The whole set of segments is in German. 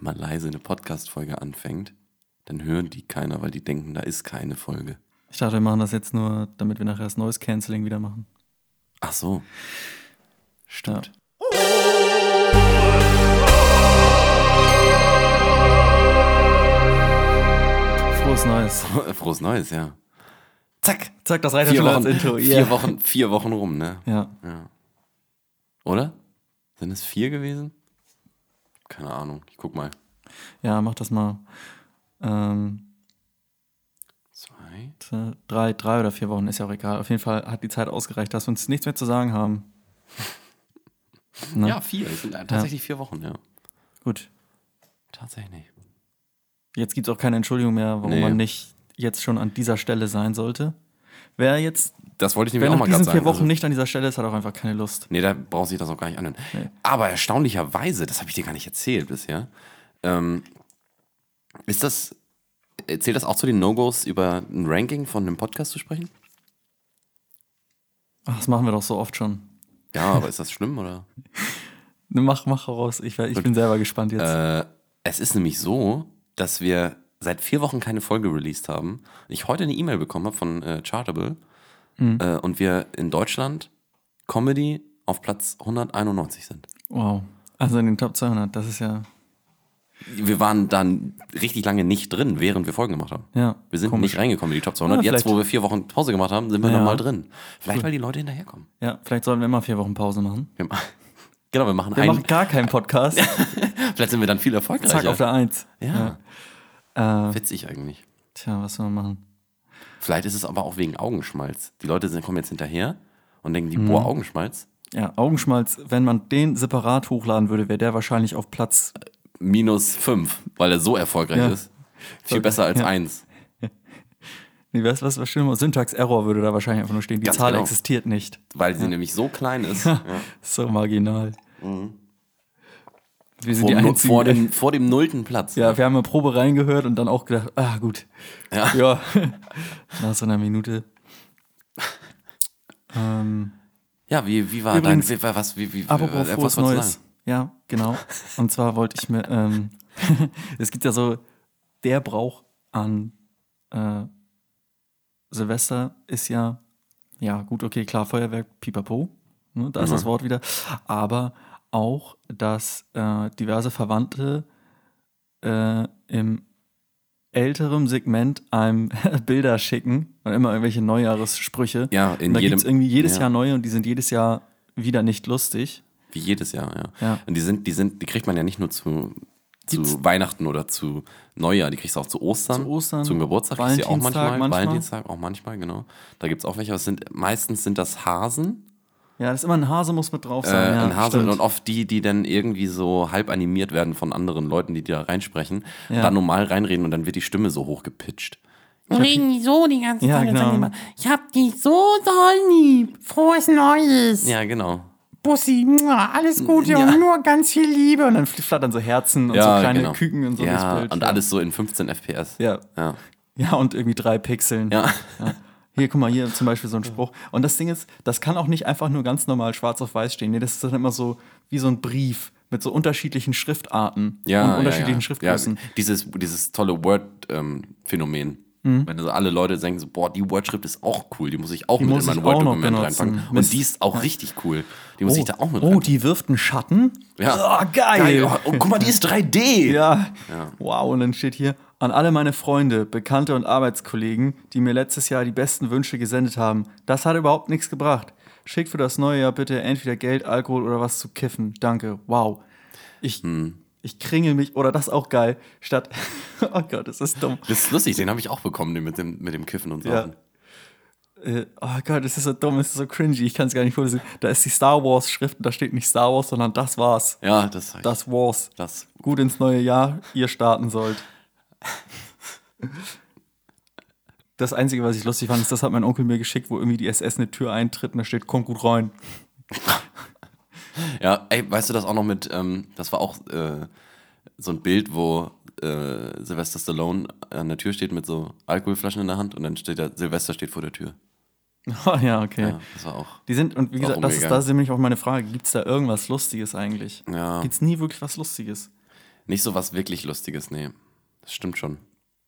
mal leise eine Podcast-Folge anfängt, dann hören die keiner, weil die denken, da ist keine Folge. Ich dachte, wir machen das jetzt nur, damit wir nachher das Noise Cancelling wieder machen. Ach so. Stimmt. Frohes Neues. Frohes Neues, ja. Zack. Zack, das reicht ja Vier schon als Wochen, Intro. vier, Wochen, vier Wochen rum, ne? Ja. Ja. Oder? Sind es vier gewesen? Keine Ahnung. Ich guck mal. ja, mach das mal. Ähm, Zwei. t- drei, drei oder vier Wochen ist ja auch egal. Auf jeden Fall hat die Zeit ausgereicht, dass wir uns nichts mehr zu sagen haben. Ne? Ja, vier. Es sind tatsächlich vier Wochen, ja. Gut. Tatsächlich. Jetzt gibt es auch keine Entschuldigung mehr, warum Nee. man nicht jetzt schon an dieser Stelle sein sollte. Wer jetzt, Das wollte ich wer nämlich auch nach mal gerade diesen sagen. vier Wochen also, nicht an dieser Stelle ist, hat auch einfach keine Lust. nee, da braucht sich das auch gar nicht anhören. Nee. Aber erstaunlicherweise, das habe ich dir gar nicht erzählt bisher, ähm, ist das, zählt das auch zu den No-Gos, über ein Ranking von einem Podcast zu sprechen? Ach, das machen wir doch so oft schon. Ja, aber ist das schlimm oder? Ne, Mach, mach raus. Ich, wär- ich bin selber gespannt jetzt. Äh, es ist nämlich so, dass wir seit vier Wochen keine Folge released haben. Ich heute eine E-Mail bekommen habe von äh, Chartable äh, und wir in Deutschland Comedy auf Platz 191 sind. Wow. Also in den Top 200, das ist ja. Wir waren dann richtig lange nicht drin, während wir Folgen gemacht haben. Ja. Wir sind komisch. nicht reingekommen in die Top 200. Ah, Jetzt, vielleicht- wo wir vier Wochen Pause gemacht haben, sind wir Ja. nochmal drin. Vielleicht, weil die Leute hinterherkommen. Ja, vielleicht sollten wir immer vier Wochen Pause machen. Wir ma- genau, wir machen Wir einen. machen gar keinen Podcast. Vielleicht sind wir dann viel Zack, erfolgreicher. auf der Eins. ja. Äh, witzig eigentlich. tja, was soll man machen? Vielleicht ist es aber auch wegen Augenschmalz. Die Leute sind, kommen jetzt hinterher und denken, die Mhm. boah, Augenschmalz. Ja, Augenschmalz, wenn man den separat hochladen würde, wäre der wahrscheinlich auf Platz. Minus fünf, weil er so erfolgreich Ja. ist. Viel besser als ja. eins. Nee, was, was, was stimmt? Syntax-Error würde da wahrscheinlich einfach nur stehen. Die Ganz Zahl genau. existiert nicht. Weil sie nämlich so klein ist. Ja. So marginal. Wir sind Vor, die dem Nu- einzigen. Mhm. vor, dem, vor dem nullten Platz. ja, wir haben eine Probe reingehört und dann auch gedacht, ah, gut. Ja. ja. Nach so einer Minute. ähm. Ja, wie, wie war Übrigens, dein, wie, war- was, wie, wie, Apropos äh, wolltest frohes du Neues. sagen? Ja, genau. Und zwar wollte ich mir, ähm, es gibt ja so, der Brauch an äh, Silvester ist ja, ja gut, okay, klar, Feuerwerk, pipapo, ne, da ist Mhm. das Wort wieder, aber auch, dass äh, diverse Verwandte äh, im älterem Segment einem Bilder schicken und immer irgendwelche Neujahressprüche. Ja, in und da jedem- gibt es irgendwie jedes ja. Jahr neue und die sind jedes Jahr wieder nicht lustig. Wie jedes Jahr, ja. Ja. Und die sind, die sind, die kriegt man ja nicht nur zu, zu Gibt's- Weihnachten oder zu Neujahr, die kriegst du auch zu Ostern. Zu Ostern, Zum Geburtstag kriegst du die auch Valentinstag manchmal, manchmal. Valentinstag auch manchmal, genau. Da gibt es auch welche, aber es sind, meistens sind das Hasen. Ja, das ist immer ein Hase muss mit drauf Äh, sein. ja, ein Hase stimmt. und oft die, die dann irgendwie so halb animiert werden von anderen Leuten, die da reinsprechen, Ja. dann normal reinreden und dann wird die Stimme so hoch gepitcht. reden die so die ganze Ja, Zeit. Dann sagen die genau. immer, ich hab dich so doll lieb. Frohes Neues. Ja, genau. Bussi, mua, alles Gute Ja. und nur ganz viel Liebe. und dann fl- flattern so Herzen und ja, so kleine genau. Küken und so durchs Ja, Bild. und alles so in 15 FPS. Ja. Ja. ja, und irgendwie drei Pixeln. Ja. Ja. Hier, guck mal, hier zum Beispiel so ein Spruch. Und das Ding ist, das kann auch nicht einfach nur ganz normal schwarz auf weiß stehen. Nee, das ist dann immer so wie so ein Brief mit so unterschiedlichen Schriftarten und unterschiedlichen Schriftgrößen. Ja, dieses, dieses tolle Word-Phänomen. Mhm. Wenn so alle Leute denken, so, boah, die Word-Schrift ist auch cool, die muss ich auch mit muss in ich mein auch noch Word-Dokument benutzen. reinpacken. Und Mist. die ist auch richtig cool. Die muss ich da auch mit oh, rein- die wirft einen Schatten? Ja. Oh, geil. Oh, oh, guck mal, die ist 3D. Ja. Wow, und dann steht hier an alle meine Freunde, Bekannte und Arbeitskollegen, die mir letztes Jahr die besten Wünsche gesendet haben. Das hat überhaupt nichts gebracht. Schickt für das neue Jahr bitte entweder Geld, Alkohol oder was zu kiffen. Danke. Wow. Ich, ich kringel mich, oder das auch geil, statt. oh Gott, das ist dumm. Das ist lustig, den habe ich auch bekommen, den mit dem, mit dem Kiffen und so. Ja. Äh, oh Gott, das ist so dumm, es ist so cringy, ich kann es gar nicht vorlesen. Da ist die Star Wars-Schrift und da steht nicht Star Wars, sondern das war's. Ja, das, das, Das war's. das Gut ins neue Jahr, ihr starten sollt. Das Einzige, was ich lustig fand, ist, das hat mein Onkel mir geschickt, wo irgendwie die SS eine Tür eintritt und da steht, kommt gut rein. Ja, ey, weißt du das auch noch mit, ähm, das war auch äh, so ein Bild, wo äh, Sylvester Stallone an der Tür steht mit so Alkoholflaschen in der Hand und dann steht da, Sylvester steht vor der Tür. Oh, ja, okay. Ja, das war auch. Die sind, und wie Auch gesagt, das ist, umgegangen. das ist nämlich auch meine Frage, gibt es da irgendwas Lustiges eigentlich? Ja. Gibt es nie wirklich was Lustiges? Nicht so was wirklich Lustiges, nee. Das stimmt schon.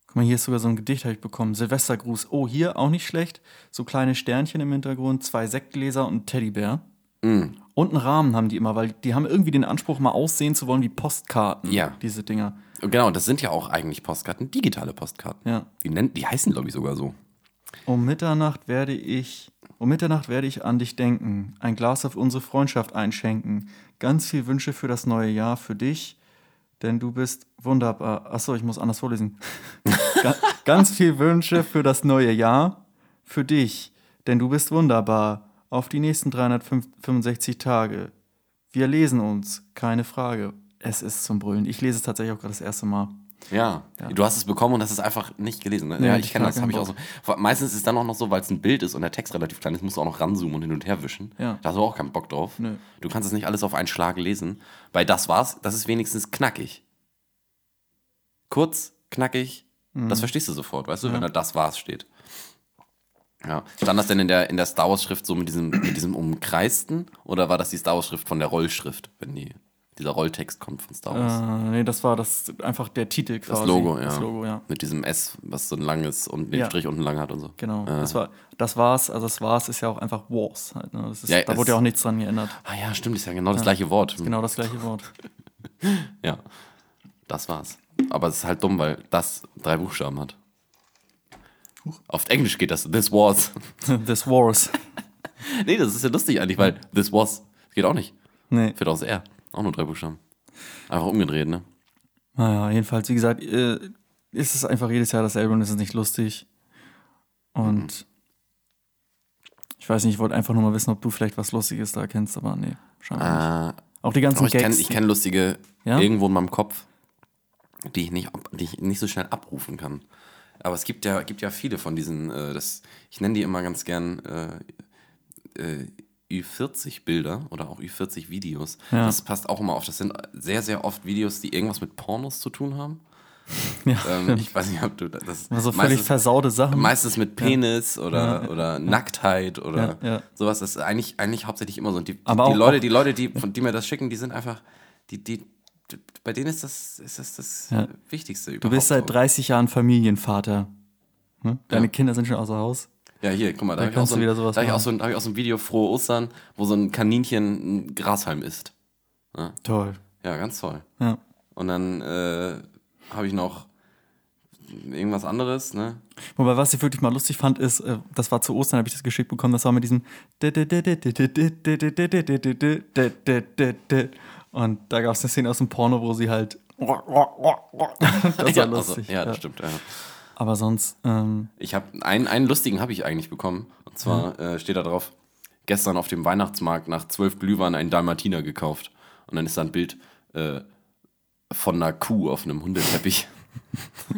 Guck mal, hier ist sogar so ein Gedicht, habe ich bekommen. Silvestergruß. Oh, hier auch nicht schlecht. So kleine Sternchen im Hintergrund, zwei Sektgläser und ein Teddybär. Und einen Rahmen haben die immer, weil die haben irgendwie den Anspruch, mal aussehen zu wollen wie Postkarten. Ja. Diese Dinger. Und Genau, das sind ja auch eigentlich Postkarten, digitale Postkarten. Ja. Die, nennen, die heißen, glaube ich, sogar so. Um Mitternacht werde ich, um Mitternacht werde ich an dich denken, ein Glas auf unsere Freundschaft einschenken, ganz viel Wünsche für das neue Jahr für dich, denn du bist wunderbar. Achso, ich muss anders vorlesen. Ga- ganz viel Wünsche für das neue Jahr für dich, denn du bist wunderbar. Auf die nächsten 365 Tage. Wir lesen uns, keine Frage. Es ist zum Brüllen. Ich lese es tatsächlich auch gerade das erste Mal. Ja. Du hast es bekommen und hast es einfach nicht gelesen. Ne? Nee, ja, hatte ich ich kenne gar das, keinen habe ich auch so. Vor- Meistens ist dann auch noch so, weil es ein Bild ist und der Text relativ klein ist, musst du auch noch ranzoomen und hin und her wischen. Ja. Da hast du auch keinen Bock drauf. Nö. Du kannst es nicht alles auf einen Schlag lesen, weil das war's, das ist wenigstens knackig. Kurz, knackig, Mhm. das verstehst du sofort, weißt du, wenn da das war's steht. Ja. Stand das denn in der, in der Star Wars-Schrift so mit diesem, mit diesem Umkreisten oder war das die Star Wars-Schrift von der Rollschrift, wenn die, dieser Rolltext kommt von Star Wars? Äh, nee, das war das einfach der Titel quasi. Das Logo, ja. Das Logo, ja. Mit diesem S, was so ein langes und den Ja. Strich unten lang hat und so. Genau. Äh, Das, war, das war's, also das war's ist ja auch einfach Wars halt. Ne? Das ist, Ja, da es- wurde ja auch nichts dran geändert. ah ja, stimmt, ist ja genau das gleiche Wort. Genau das gleiche Wort. Ja, das war's. Aber es ist halt dumm, weil das drei Buchstaben hat. Auf Englisch geht das This was. This Wars. nee, das ist ja lustig eigentlich, Hm. weil This was geht auch nicht. Nee. Fährt aus R. Auch nur drei Buchstaben. Einfach umgedreht, ne? Naja, jedenfalls, wie gesagt, äh, ist es einfach jedes Jahr dasselbe und es ist nicht lustig. Und Mhm. ich weiß nicht, ich wollte einfach nur mal wissen, ob du vielleicht was Lustiges da kennst, aber nee, scheinbar nicht. Äh, Auch die ganzen aber ich kenne Gags. ich kenn lustige Ja? irgendwo in meinem Kopf, die ich nicht, ab- die ich nicht so schnell abrufen kann. Aber es gibt ja, gibt ja viele von diesen, äh, das, ich nenne die immer ganz gern äh, äh, Ü40-Bilder oder auch Ü40-Videos. Ja. Das passt auch immer auf. Das sind sehr, sehr oft Videos, die irgendwas mit Pornos zu tun haben. ja, Ähm, ich weiß nicht, ob du das. also völlig meistens- versaute Sachen. Meistens mit Penis oder, oder Nacktheit oder Ja, ja. sowas. Das ist eigentlich, eigentlich hauptsächlich immer so. Und die, Aber die, auch- Leute, auch- die Leute, die, von, die mir das schicken, die sind einfach, die, die, die bei denen ist das ist das, das Ja. Wichtigste du überhaupt. bist seit so. 30 Jahren Familienvater. Ne? Deine Ja. Kinder sind schon außer Haus. Ja, hier, guck mal, da, Da habe ich auch kannst so du ein, wieder sowas da hab ich auch machen. so ein, da hab ich auch so ein Video Frohe Ostern, wo so ein Kaninchen ein Grashalm isst. Toll. Ja, ganz toll. Ja. Und dann äh, habe ich noch irgendwas anderes, ne? Wobei, was ich wirklich mal lustig fand, ist, äh, das war zu Ostern, habe ich das geschickt bekommen, das war mit diesem und da gab es eine Szene aus dem Porno, wo sie halt das war ja, also, lustig. ja, das ja. stimmt. Ja. Aber sonst, ähm, Ich habe einen, einen lustigen habe ich eigentlich bekommen. Und Mhm. zwar äh, steht da drauf: gestern auf dem Weihnachtsmarkt nach zwölf Glühwein einen Dalmatiner gekauft. Und dann ist da ein Bild äh, von einer Kuh auf einem Hundeteppich.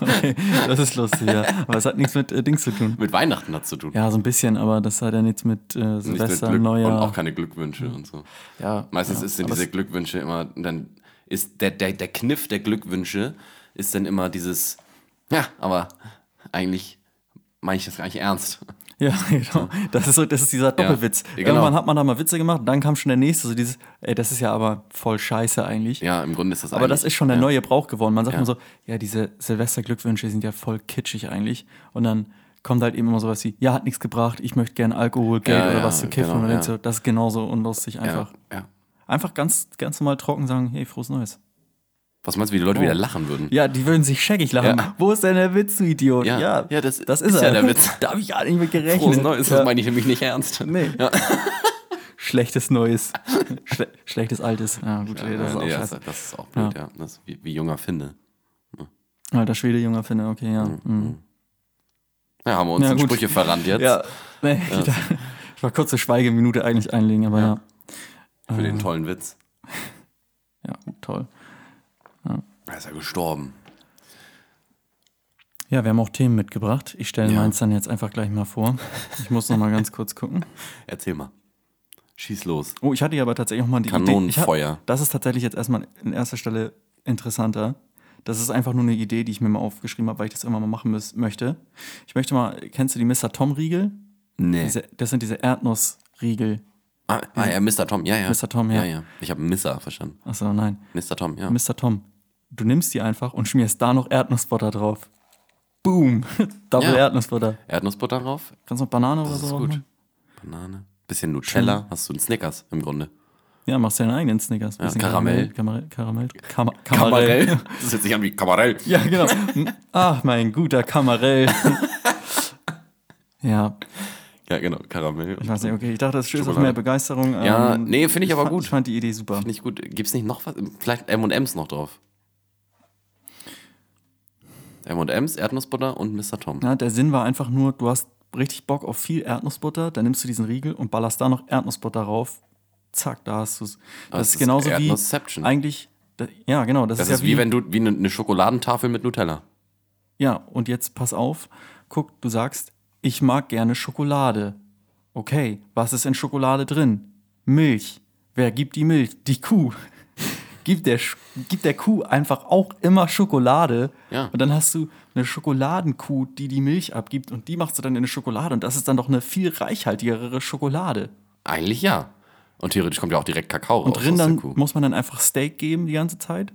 okay, das ist lustig, ja. Aber es hat nichts mit äh, Dings zu tun. mit Weihnachten hat zu tun. Ja, so ein bisschen, aber das hat ja nichts mit äh, Nicht mit Silvester, Glück und Neujahr. auch keine Glückwünsche und so. Mhm. ja, Meistens ja, ist, sind aber diese Glückwünsche immer, dann ist der, der, der Kniff der Glückwünsche ist dann immer dieses, ja, aber eigentlich meine ich das gar nicht ernst. Ja, genau. Das ist, so, das ist dieser Doppelwitz. Ja, genau. Irgendwann hat man da mal Witze gemacht, dann kam schon der nächste, so dieses, ey, das ist ja aber voll scheiße eigentlich. Ja, im Grunde ist das Aber das eigentlich- ist schon der ja. neue Brauch geworden. Man sagt Ja. immer so, ja, diese Silvesterglückwünsche sind ja voll kitschig eigentlich. Und dann kommt halt eben immer sowas wie, ja, hat nichts gebracht, ich möchte gerne Alkohol, Geld Ja, oder ja, was zu kiffen. genau, und dann ja. denkst du, das ist genauso unlustig einfach. Ja, ja. Einfach ganz, ganz normal trocken sagen, hey, frohes Neues. Was meinst du, wie die Oh. Leute wieder lachen würden? Ja, die würden sich scheckig lachen. Hm. Ja. Wo ist denn der Witz, du Idiot? Ja. Ja, das ist ja er. der Witz. Da habe ich gar nicht mit gerechnet. Frohes Neues, das Ja. meine ich nämlich nicht ernst. Nee. Ja. Schlechtes Neues. Schle schlechtes Altes. Ja, gut, nee, das ist auch Nee, also- das, scheiße. das ist auch blöd, ja. Das ist wie, wie junger Finde. Alter Schwede, junger Finne, okay, ja. Hm. Mhm. Ja, haben wir uns Ja, in gut. Sprüche verrannt jetzt Ja, nee, da, ich war kurze Schweigeminute eigentlich einlegen, aber ja. für Ah. den tollen Witz. Ja, gut, toll. Er ist ja gestorben. Ja, wir haben auch Themen mitgebracht. Ich stelle Ja. meins dann jetzt einfach gleich mal vor. Ich muss noch mal ganz kurz gucken. Erzähl mal. Schieß los. Oh, ich hatte ja aber tatsächlich auch mal die Idee. Ich hab- Kanonenfeuer. Das ist tatsächlich jetzt erstmal in erster Stelle interessanter. Das ist einfach nur eine Idee, die ich mir mal aufgeschrieben habe, weil ich das immer mal machen müß, möchte. Ich möchte mal, kennst du die Mr. Tom Riegel? Nee. Diese, das sind diese Erdnussriegel. Ah, ah ja, Mr. Tom, ja, ja. Mr. Tom, ja. ja, Ich habe Mr. verstanden. Achso, nein. Mr. Tom, ja. Mr. Tom, du nimmst die einfach und schmierst da noch Erdnussbutter drauf. Boom. Double Ja. Erdnussbutter. Erdnussbutter drauf, Kannst noch Banane oder das ist so gut. machen? ne? Banane, bisschen Nutella, hast du einen Snickers im Grunde. Ja, machst deinen eigenen Snickers. Bisschen Karamell. Karamell. Karamell. Kam Kamarell. Das hört sich an wie Kamarell. Ja, genau. Ach, mein guter Kamarell. ja, Ja, genau, Karamell. ich weiß nicht, okay, ich dachte, das stößt auf Schokolade. mehr Begeisterung. Ja, ähm, nee, finde ich aber fand- gut. Ich fand die Idee super. Nicht gut. Gibt's nicht noch was? Vielleicht M&M's noch drauf. M&M's, Erdnussbutter und Mr. Tom. Ja, der Sinn war einfach nur, du hast richtig Bock auf viel Erdnussbutter, dann nimmst du diesen Riegel und ballerst da noch Erdnussbutter rauf. Zack, da hast du es. Das, Das ist ist genauso wie Erdnussception. eigentlich. da- Ja, genau. Das, Das ist, ist ja wie, wenn du wie ne, eine, eine Schokoladentafel mit Nutella. Ja, und jetzt pass auf, guck, du sagst, ich mag gerne Schokolade. Okay, was ist in Schokolade drin? Milch. Wer gibt die Milch? Die Kuh. Gib der, Sch- gib der Kuh einfach auch immer Schokolade. Ja. Und dann hast du eine Schokoladenkuh, die die Milch abgibt und die machst du dann in eine Schokolade. Und das ist dann doch eine viel reichhaltigere Schokolade. Eigentlich ja. Und theoretisch kommt ja auch direkt Kakao Und raus drin dann aus der Kuh. muss man dann einfach Steak geben die ganze Zeit.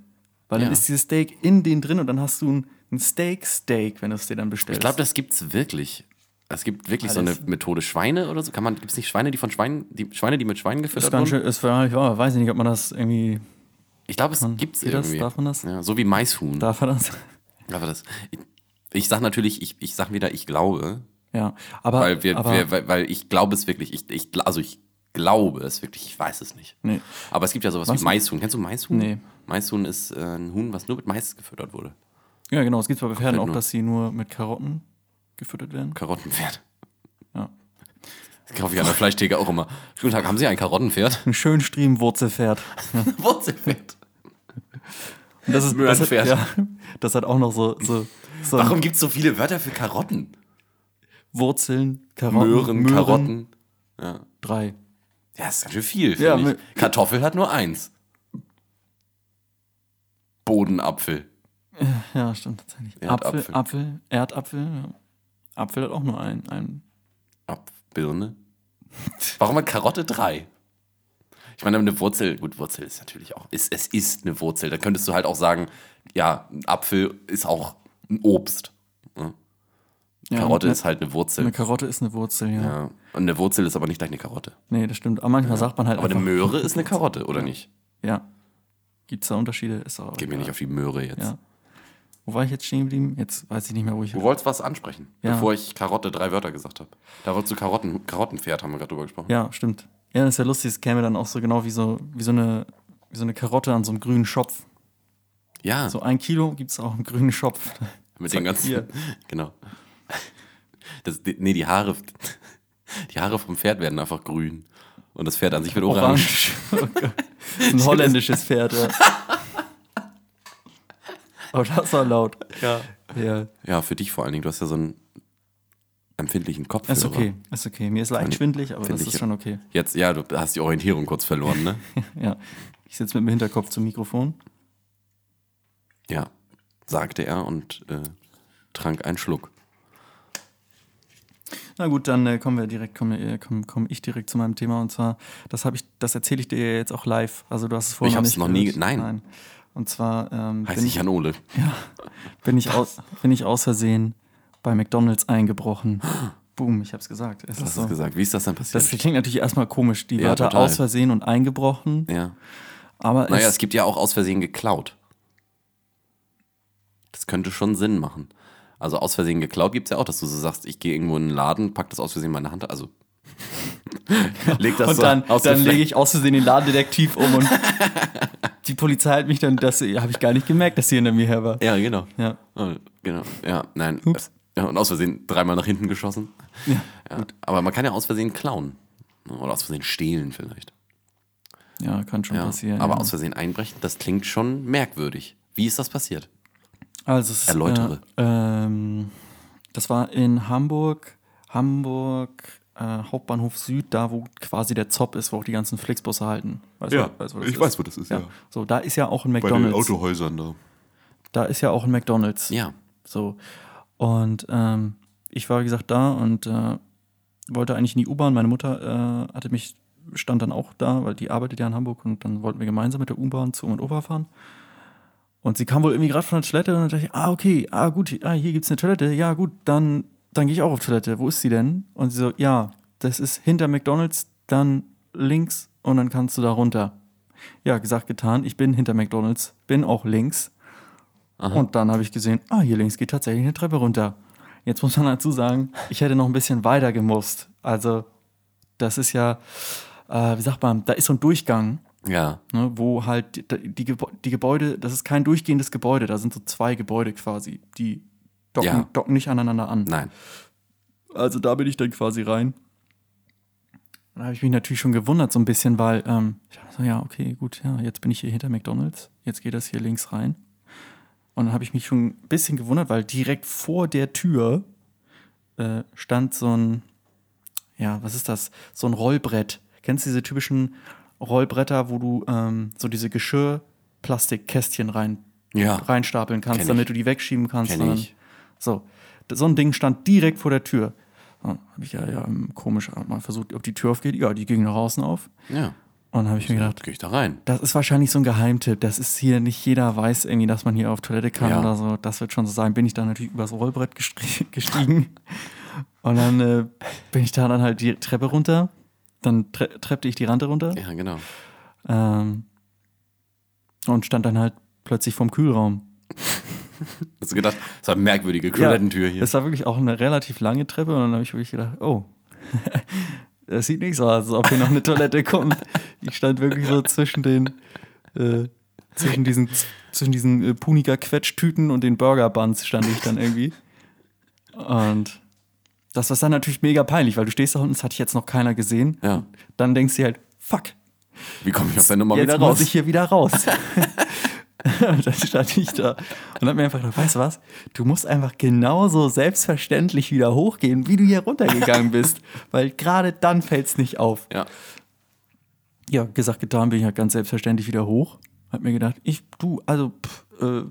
Weil Ja. dann ist dieses Steak in den drin und dann hast du ein, ein Steak-Steak, wenn du es dir dann bestellst. Ich glaube, das gibt's wirklich. Es gibt wirklich Alles. so eine Methode Schweine oder so. Kann man gibt's nicht Schweine, die von Schweinen, die Schweine, die mit Schweinen Ist gefüttert ganz wurden? schön, ist, ja, ich weiß nicht, ob man das irgendwie. Ich glaube, es gibt's geht das? irgendwie. Darf man das? Ja, so wie Maishuhn. Darf er das? Aber das ich, ich sag natürlich, ich, ich sag wieder, ich glaube, Ja, aber. weil wir, aber, wir weil, weil ich glaube es wirklich, ich, ich also ich glaube es wirklich, ich weiß es nicht. Nee. Aber es gibt ja sowas Was? wie Maishuhn. Kennst du Maishuhn? Nee. Maishuhn ist äh, ein Huhn, was nur mit Mais gefüttert wurde. ja, genau. Es gibt bei Pferden auch, nur. dass sie nur mit Karotten gefüttert werden. Karottenpferd. Ja. Das kaufe ich an der Fleischtheke auch immer. Guten Tag, haben Sie ein Karottenpferd? Ein schön Striemenwurzelpferd. Wurzelpferd. Und Das ist das hat, Möhrenpferd. ja, das hat auch noch so, so, so Warum gibt es so viele Wörter für Karotten? Wurzeln, Karotten, Möhren, Karotten. Drei. Ja, ist ganz schön viel, Ja, finde Mö- ich. Kartoffel hat nur eins. Bodenapfel. Ja, stimmt tatsächlich. Erdapfel. Apfel, Apfel, Erdapfel. Ja. Apfel hat auch nur einen. einen. Ab Birne. Warum hat Karotte drei? Ich meine, eine Wurzel, gut, Wurzel ist natürlich auch, ist, es ist eine Wurzel. Da könntest du halt auch sagen, ja, ein Apfel ist auch ein Obst. Ja, Karotte eine, ist halt eine Wurzel. Eine Karotte ist eine Wurzel, ja. ja. Und eine Wurzel ist aber nicht gleich eine Karotte. Nee, das stimmt. Aber manchmal sagt man halt. Aber eine einfach- Möhre ist eine Karotte, oder nicht? Ja. Gibt es da Unterschiede? Ist auch Geh mir nicht auf die Möhre jetzt. Ja. Wo war ich jetzt stehen geblieben? Jetzt weiß ich nicht mehr, wo ich Du wolltest was ansprechen, Ja. bevor ich Karotte drei Wörter gesagt habe. Da wolltest du Karotten, Karottenpferd, haben wir gerade drüber gesprochen. Ja, stimmt. Ja, das ist ja lustig, es käme dann auch so genau wie so, wie so, eine, wie so eine Karotte an so einem grünen Schopf. Ja, So ein Kilo gibt es auch einen grünen Schopf. mit den ganzen. hier. Genau. Das, die- nee, die Haare. Die Haare vom Pferd werden einfach grün. Und das Pferd an sich wird orange. Orange. Oh ein holländisches Pferd, ja. Aber das war laut. Ja. Ja. ja, für dich vor allen Dingen. Du hast ja so einen empfindlichen Kopf. Ist okay, ist okay. Mir ist leicht schwindelig, aber Find das ich- ist schon okay. Jetzt, ja, du hast die Orientierung kurz verloren, ne? Ja. Ich sitze mit dem Hinterkopf zum Mikrofon. ja, sagte er und äh, trank einen Schluck. Na gut, dann äh, kommen wir direkt, komme äh, komm, komm ich direkt zu meinem Thema und zwar, das habe ich, das erzähle ich dir jetzt auch live. Also du hast es vorher Ich noch hab's nicht noch nie gehört. ge- nein. Und zwar ähm, Heißt bin, ich ich, Jan Ole. bin, ich aus, bin ich aus Versehen bei McDonalds eingebrochen. Boom, ich habe es gesagt. Es ist Hast du so. es gesagt? Wie ist das dann passiert? Das klingt natürlich erstmal komisch, die Ja, Wörter total. aus Versehen und eingebrochen. ja. Aber Naja, es, es gibt ja auch aus Versehen geklaut. Das könnte schon Sinn machen. Also aus Versehen geklaut gibt es ja auch, dass du so sagst, ich gehe irgendwo in einen Laden, pack das aus Versehen in meine Hand, also leg das und so dann, aus dann der lege Fläche- ich aus Versehen den Ladendetektiv um und die Polizei hat mich dann, das habe ich gar nicht gemerkt, dass sie hinter mir her war. Ja, genau. Ja. Oh, Genau. Ja, nein. Ups. Ja, und aus Versehen dreimal nach hinten geschossen. Ja, Ja. Aber man kann ja aus Versehen klauen. Oder aus Versehen stehlen vielleicht. ja kann schon Ja. passieren. Aber ja. aus Versehen einbrechen, das klingt schon merkwürdig. Wie ist das passiert? Also es, ist, Erläutere. Äh, ähm, das war in Hamburg, Hamburg äh, Hauptbahnhof Süd, da wo quasi der Zopp ist, wo auch die ganzen Flixbusse halten. Weißt Ja, weißt, ich weiß, wo das ist, ja. So, da ist ja auch ein Bei den McDonald's. Autohäusern da. Da ist ja auch ein McDonald's. Ja. So. Und ähm, ich war, wie gesagt, da und äh, wollte eigentlich in die U-Bahn. Meine Mutter äh, hatte mich stand dann auch da, weil die arbeitet ja in Hamburg und dann wollten wir gemeinsam mit der U-Bahn zu Oma und Opa fahren. Und sie kam wohl irgendwie gerade von der Toilette und dann dachte ich, ah, okay, ah, gut, ah, hier gibt's eine Toilette, ja, gut, dann, dann gehe ich auch auf Toilette. Wo ist sie denn? Und sie so, ja, das ist hinter McDonalds, dann links und dann kannst du da runter. Ja, gesagt, getan, ich bin hinter McDonalds, bin auch links. Und dann habe ich gesehen, ah, hier links geht tatsächlich eine Treppe runter. Jetzt muss man dazu sagen, ich hätte noch ein bisschen weiter gemusst. Also, das ist ja, äh, wie sagt man, da ist so ein Durchgang Ja. ne, wo halt die, die, Gebo- die Gebäude, das ist kein durchgehendes Gebäude, da sind so zwei Gebäude quasi, die docken, Ja. docken nicht aneinander an. Nein. Also da bin ich dann quasi rein. Da habe ich mich natürlich schon gewundert so ein bisschen, weil ähm, ich dachte so, ja, okay, gut, ja, jetzt bin ich hier hinter McDonalds, jetzt geht das hier links rein. Und dann habe ich mich schon ein bisschen gewundert, weil direkt vor der Tür äh, stand so ein, ja, was ist das? So ein Rollbrett. Kennst du diese typischen Rollbretter, wo du ähm, so diese Geschirr-Plastikkästchen rein, Ja. reinstapeln Kenn kannst, ich. damit du die wegschieben kannst? Kenn sondern- ich. So, D- so ein Ding stand direkt vor der Tür. Habe ich ja, ja ähm, komisch hab mal versucht, ob die Tür aufgeht. Ja, die ging nach außen auf. Ja. Und habe ich mir gedacht, Gehe ich da rein. das ist wahrscheinlich so ein Geheimtipp. Das ist hier nicht jeder weiß irgendwie, dass man hier auf Toilette kann Ja. oder so. Das wird schon so sein. Bin ich dann natürlich übers Rollbrett gestre- gestiegen. Und dann äh, bin ich da dann halt die Treppe runter. Dann tre treppte ich die Rante runter Ja, genau. ähm, und stand dann halt plötzlich vorm Kühlraum. Hast du gedacht, das war eine merkwürdige Toilettentür hier. Es war wirklich auch eine relativ lange Treppe und dann habe ich wirklich gedacht, oh, das sieht nicht so aus, als ob hier noch eine Toilette kommt. Ich stand wirklich so zwischen den, äh, zwischen diesen, zwischen diesen äh, Puniker Quetschtüten und den Burger Buns stand ich dann irgendwie. Und das war dann natürlich mega peinlich, weil du stehst da unten, das hat dich jetzt noch keiner gesehen. Ja. Dann denkst du dir halt, fuck, Wie komme ich aus der Nummer jetzt wieder muss ich raus? hier wieder raus. Und dann stand ich da und hab mir einfach gedacht, weißt du was, du musst einfach genauso selbstverständlich wieder hochgehen, wie du hier runtergegangen bist, weil gerade dann fällt's nicht auf. Ja. Ja, gesagt, getan, bin ich halt ganz selbstverständlich wieder hoch. Hab mir gedacht, ich, du, also, pff, äh, ne,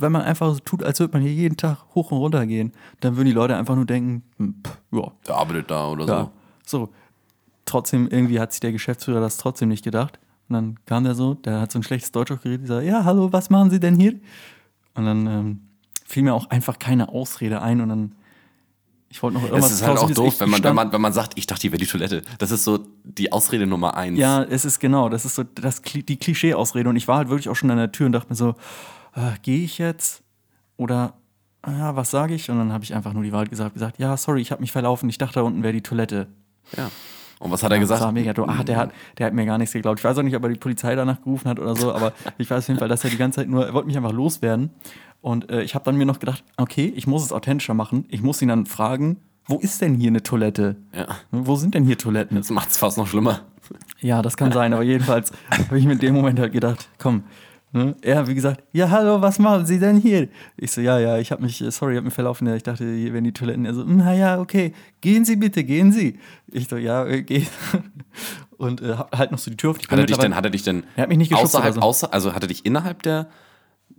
wenn man einfach so tut, als würde man hier jeden Tag hoch und runter gehen, dann würden die Leute einfach nur denken, hm, pff, ja, Der arbeitet da oder ja. So. Trotzdem, irgendwie hat sich der Geschäftsführer das trotzdem nicht gedacht. Und dann kam der so, der hat so ein schlechtes Deutsch auch geredet, der ja, hallo, was machen Sie denn hier? Und dann ähm, fiel mir auch einfach keine Ausrede ein und dann, ich wollte noch so. irgendwas Es ist halt auch Plausibles- doof, Ich- wenn man, ich wenn, stand- man, wenn man sagt, ich dachte, hier wäre die Toilette. Das ist so die Ausrede Nummer eins. Ja, es ist genau, das ist so das, Kli- die Klischee-Ausrede. Und ich war halt wirklich auch schon an der Tür und dachte mir so, äh, gehe ich jetzt? Oder ja, was sage ich? Und dann habe ich einfach nur die Wahrheit gesagt, gesagt, ja, sorry, ich habe mich verlaufen, ich dachte, da unten wäre die Toilette. Ja. Und was hat er Das war gesagt? Hm, mega doof. Ach, der hat, der hat mir gar nichts geglaubt. Ich weiß auch nicht, ob er die Polizei danach gerufen hat oder so, aber ich weiß auf jeden Fall, dass er die ganze Zeit nur, er wollte mich einfach loswerden. Und äh, ich habe dann mir noch gedacht, okay, ich muss es authentischer machen. Ich muss ihn dann fragen, wo ist denn hier eine Toilette? Ja. Wo sind denn hier Toiletten? Das macht es fast noch schlimmer. Ja, das kann sein, aber jedenfalls habe ich mir in dem Moment halt gedacht, komm. Ne? Er, wie gesagt, ja, hallo, was machen Sie denn hier? Ich so, ja, ja, ich habe mich, äh, sorry, ich habe mich verlaufen. Ja, Ich dachte, hier wären die Toiletten. Er so, "Mm, na ja, okay, gehen Sie bitte, gehen Sie. Ich so, ja, äh, geh. Und äh, hab halt noch so die Tür auf. Hat er dich denn, hat er dich denn Er hat mich nicht geschubst außerhalb, oder so. außer, also hat er dich innerhalb der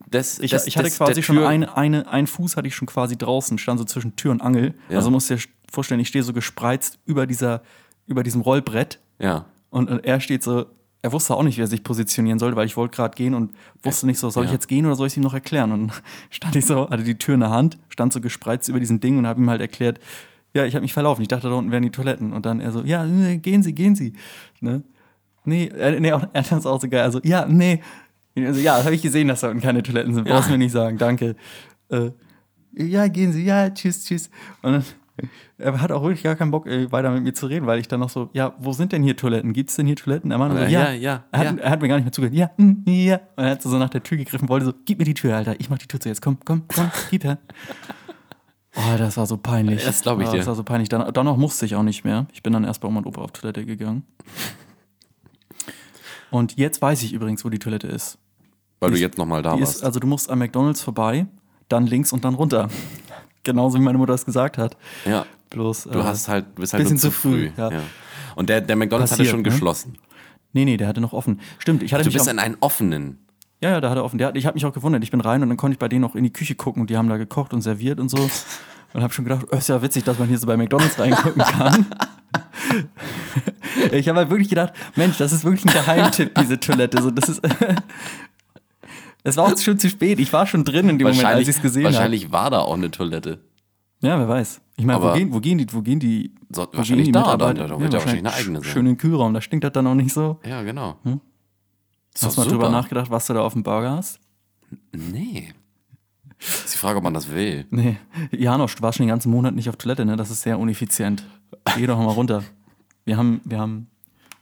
des, ich, des, ich hatte des, der quasi schon Tür- ein, eine, einen Fuß hatte ich schon quasi draußen, stand so zwischen Tür und Angel. Ja. Also musst du dir vorstellen, ich stehe so gespreizt über, dieser, über diesem Rollbrett. Ja. Und, und er steht so, er wusste auch nicht, wie er sich positionieren sollte, weil ich wollte gerade gehen und wusste nicht so, soll ich Ja. jetzt gehen oder soll ich es ihm noch erklären? Und stand ich so, hatte die Tür in der Hand, stand so gespreizt über diesen Ding und habe ihm halt erklärt, ja, ich habe mich verlaufen, ich dachte, da unten wären die Toiletten. Und dann er so, ja, nee, gehen Sie, gehen Sie. Ne? Nee, äh, nee, auch- er hat das auch so geil. Also, ja, nee. Also, ja, habe ich gesehen, dass da unten keine Toiletten sind. Brauchst mir nicht sagen, danke. Äh, ja, gehen Sie, ja, tschüss, tschüss. Und dann, er hat auch wirklich gar keinen Bock, äh, weiter mit mir zu reden, weil ich dann noch so, ja, wo sind denn hier Toiletten? Gibt es denn hier Toiletten? Er meinte so, Äh, ja, ja, ja, Er, hat, ja. er hat mir gar nicht mehr zugehört. Ja, mm, ja. Und er hat so nach der Tür gegriffen, wollte so, gib mir die Tür, Alter, ich mach die Tür zuerst. Komm, komm, komm, gib her. Oh, das war so peinlich. Das glaub ich Ah, dir. Das war so peinlich. Dann, danach musste ich auch nicht mehr. Ich bin dann erst bei Oma und Opa auf Toilette gegangen. Und jetzt weiß ich übrigens, wo die Toilette ist. Weil du ist- jetzt nochmal da Die warst. ist, also du musst an McDonalds vorbei, dann links und dann runter. Genauso wie meine Mutter es gesagt hat. ja. Bloß. Du äh, hast halt, bist halt bisschen nur zu zu früh, früh. ja. Und der, der McDonalds hatte Passiert, schon ne? geschlossen. Nee, nee, der hatte noch offen. Stimmt, ich hatte Du mich bist auch, in einen offenen. Ja, ja, der hatte offen. Der, hat- ich habe mich auch gewundert. Ich bin rein und dann konnte ich bei denen auch in die Küche gucken und die haben da gekocht und serviert und so. Und habe schon gedacht, oh, ist ja witzig, dass man hier so bei McDonalds reingucken kann. Ich habe halt wirklich gedacht, Mensch, das ist wirklich ein Geheimtipp, diese Toilette. So, das ist. Es war auch schon zu spät. Ich war schon drin in dem Moment, als ich es gesehen habe. wahrscheinlich war da auch eine Toilette. Ja, wer weiß. Ich meine, wo Aber- gehen, wo gehen die, wo gehen die, So- wo gehen wahrscheinlich die da, da- Mitarbeiter? da wird ja wahrscheinlich eine eigene sein. Schön im Kühlraum, da stinkt das dann auch nicht so. Ja, genau. Ist Hm? Hast du doch mal drüber super. nachgedacht, was du da auf dem Burger hast? Nee. Ist die Frage, ob man das will. Nee. Janosch, du warst schon den ganzen Monat nicht auf Toilette, ne? Das ist sehr ineffizient. Geh doch mal runter. Wir haben, wir haben,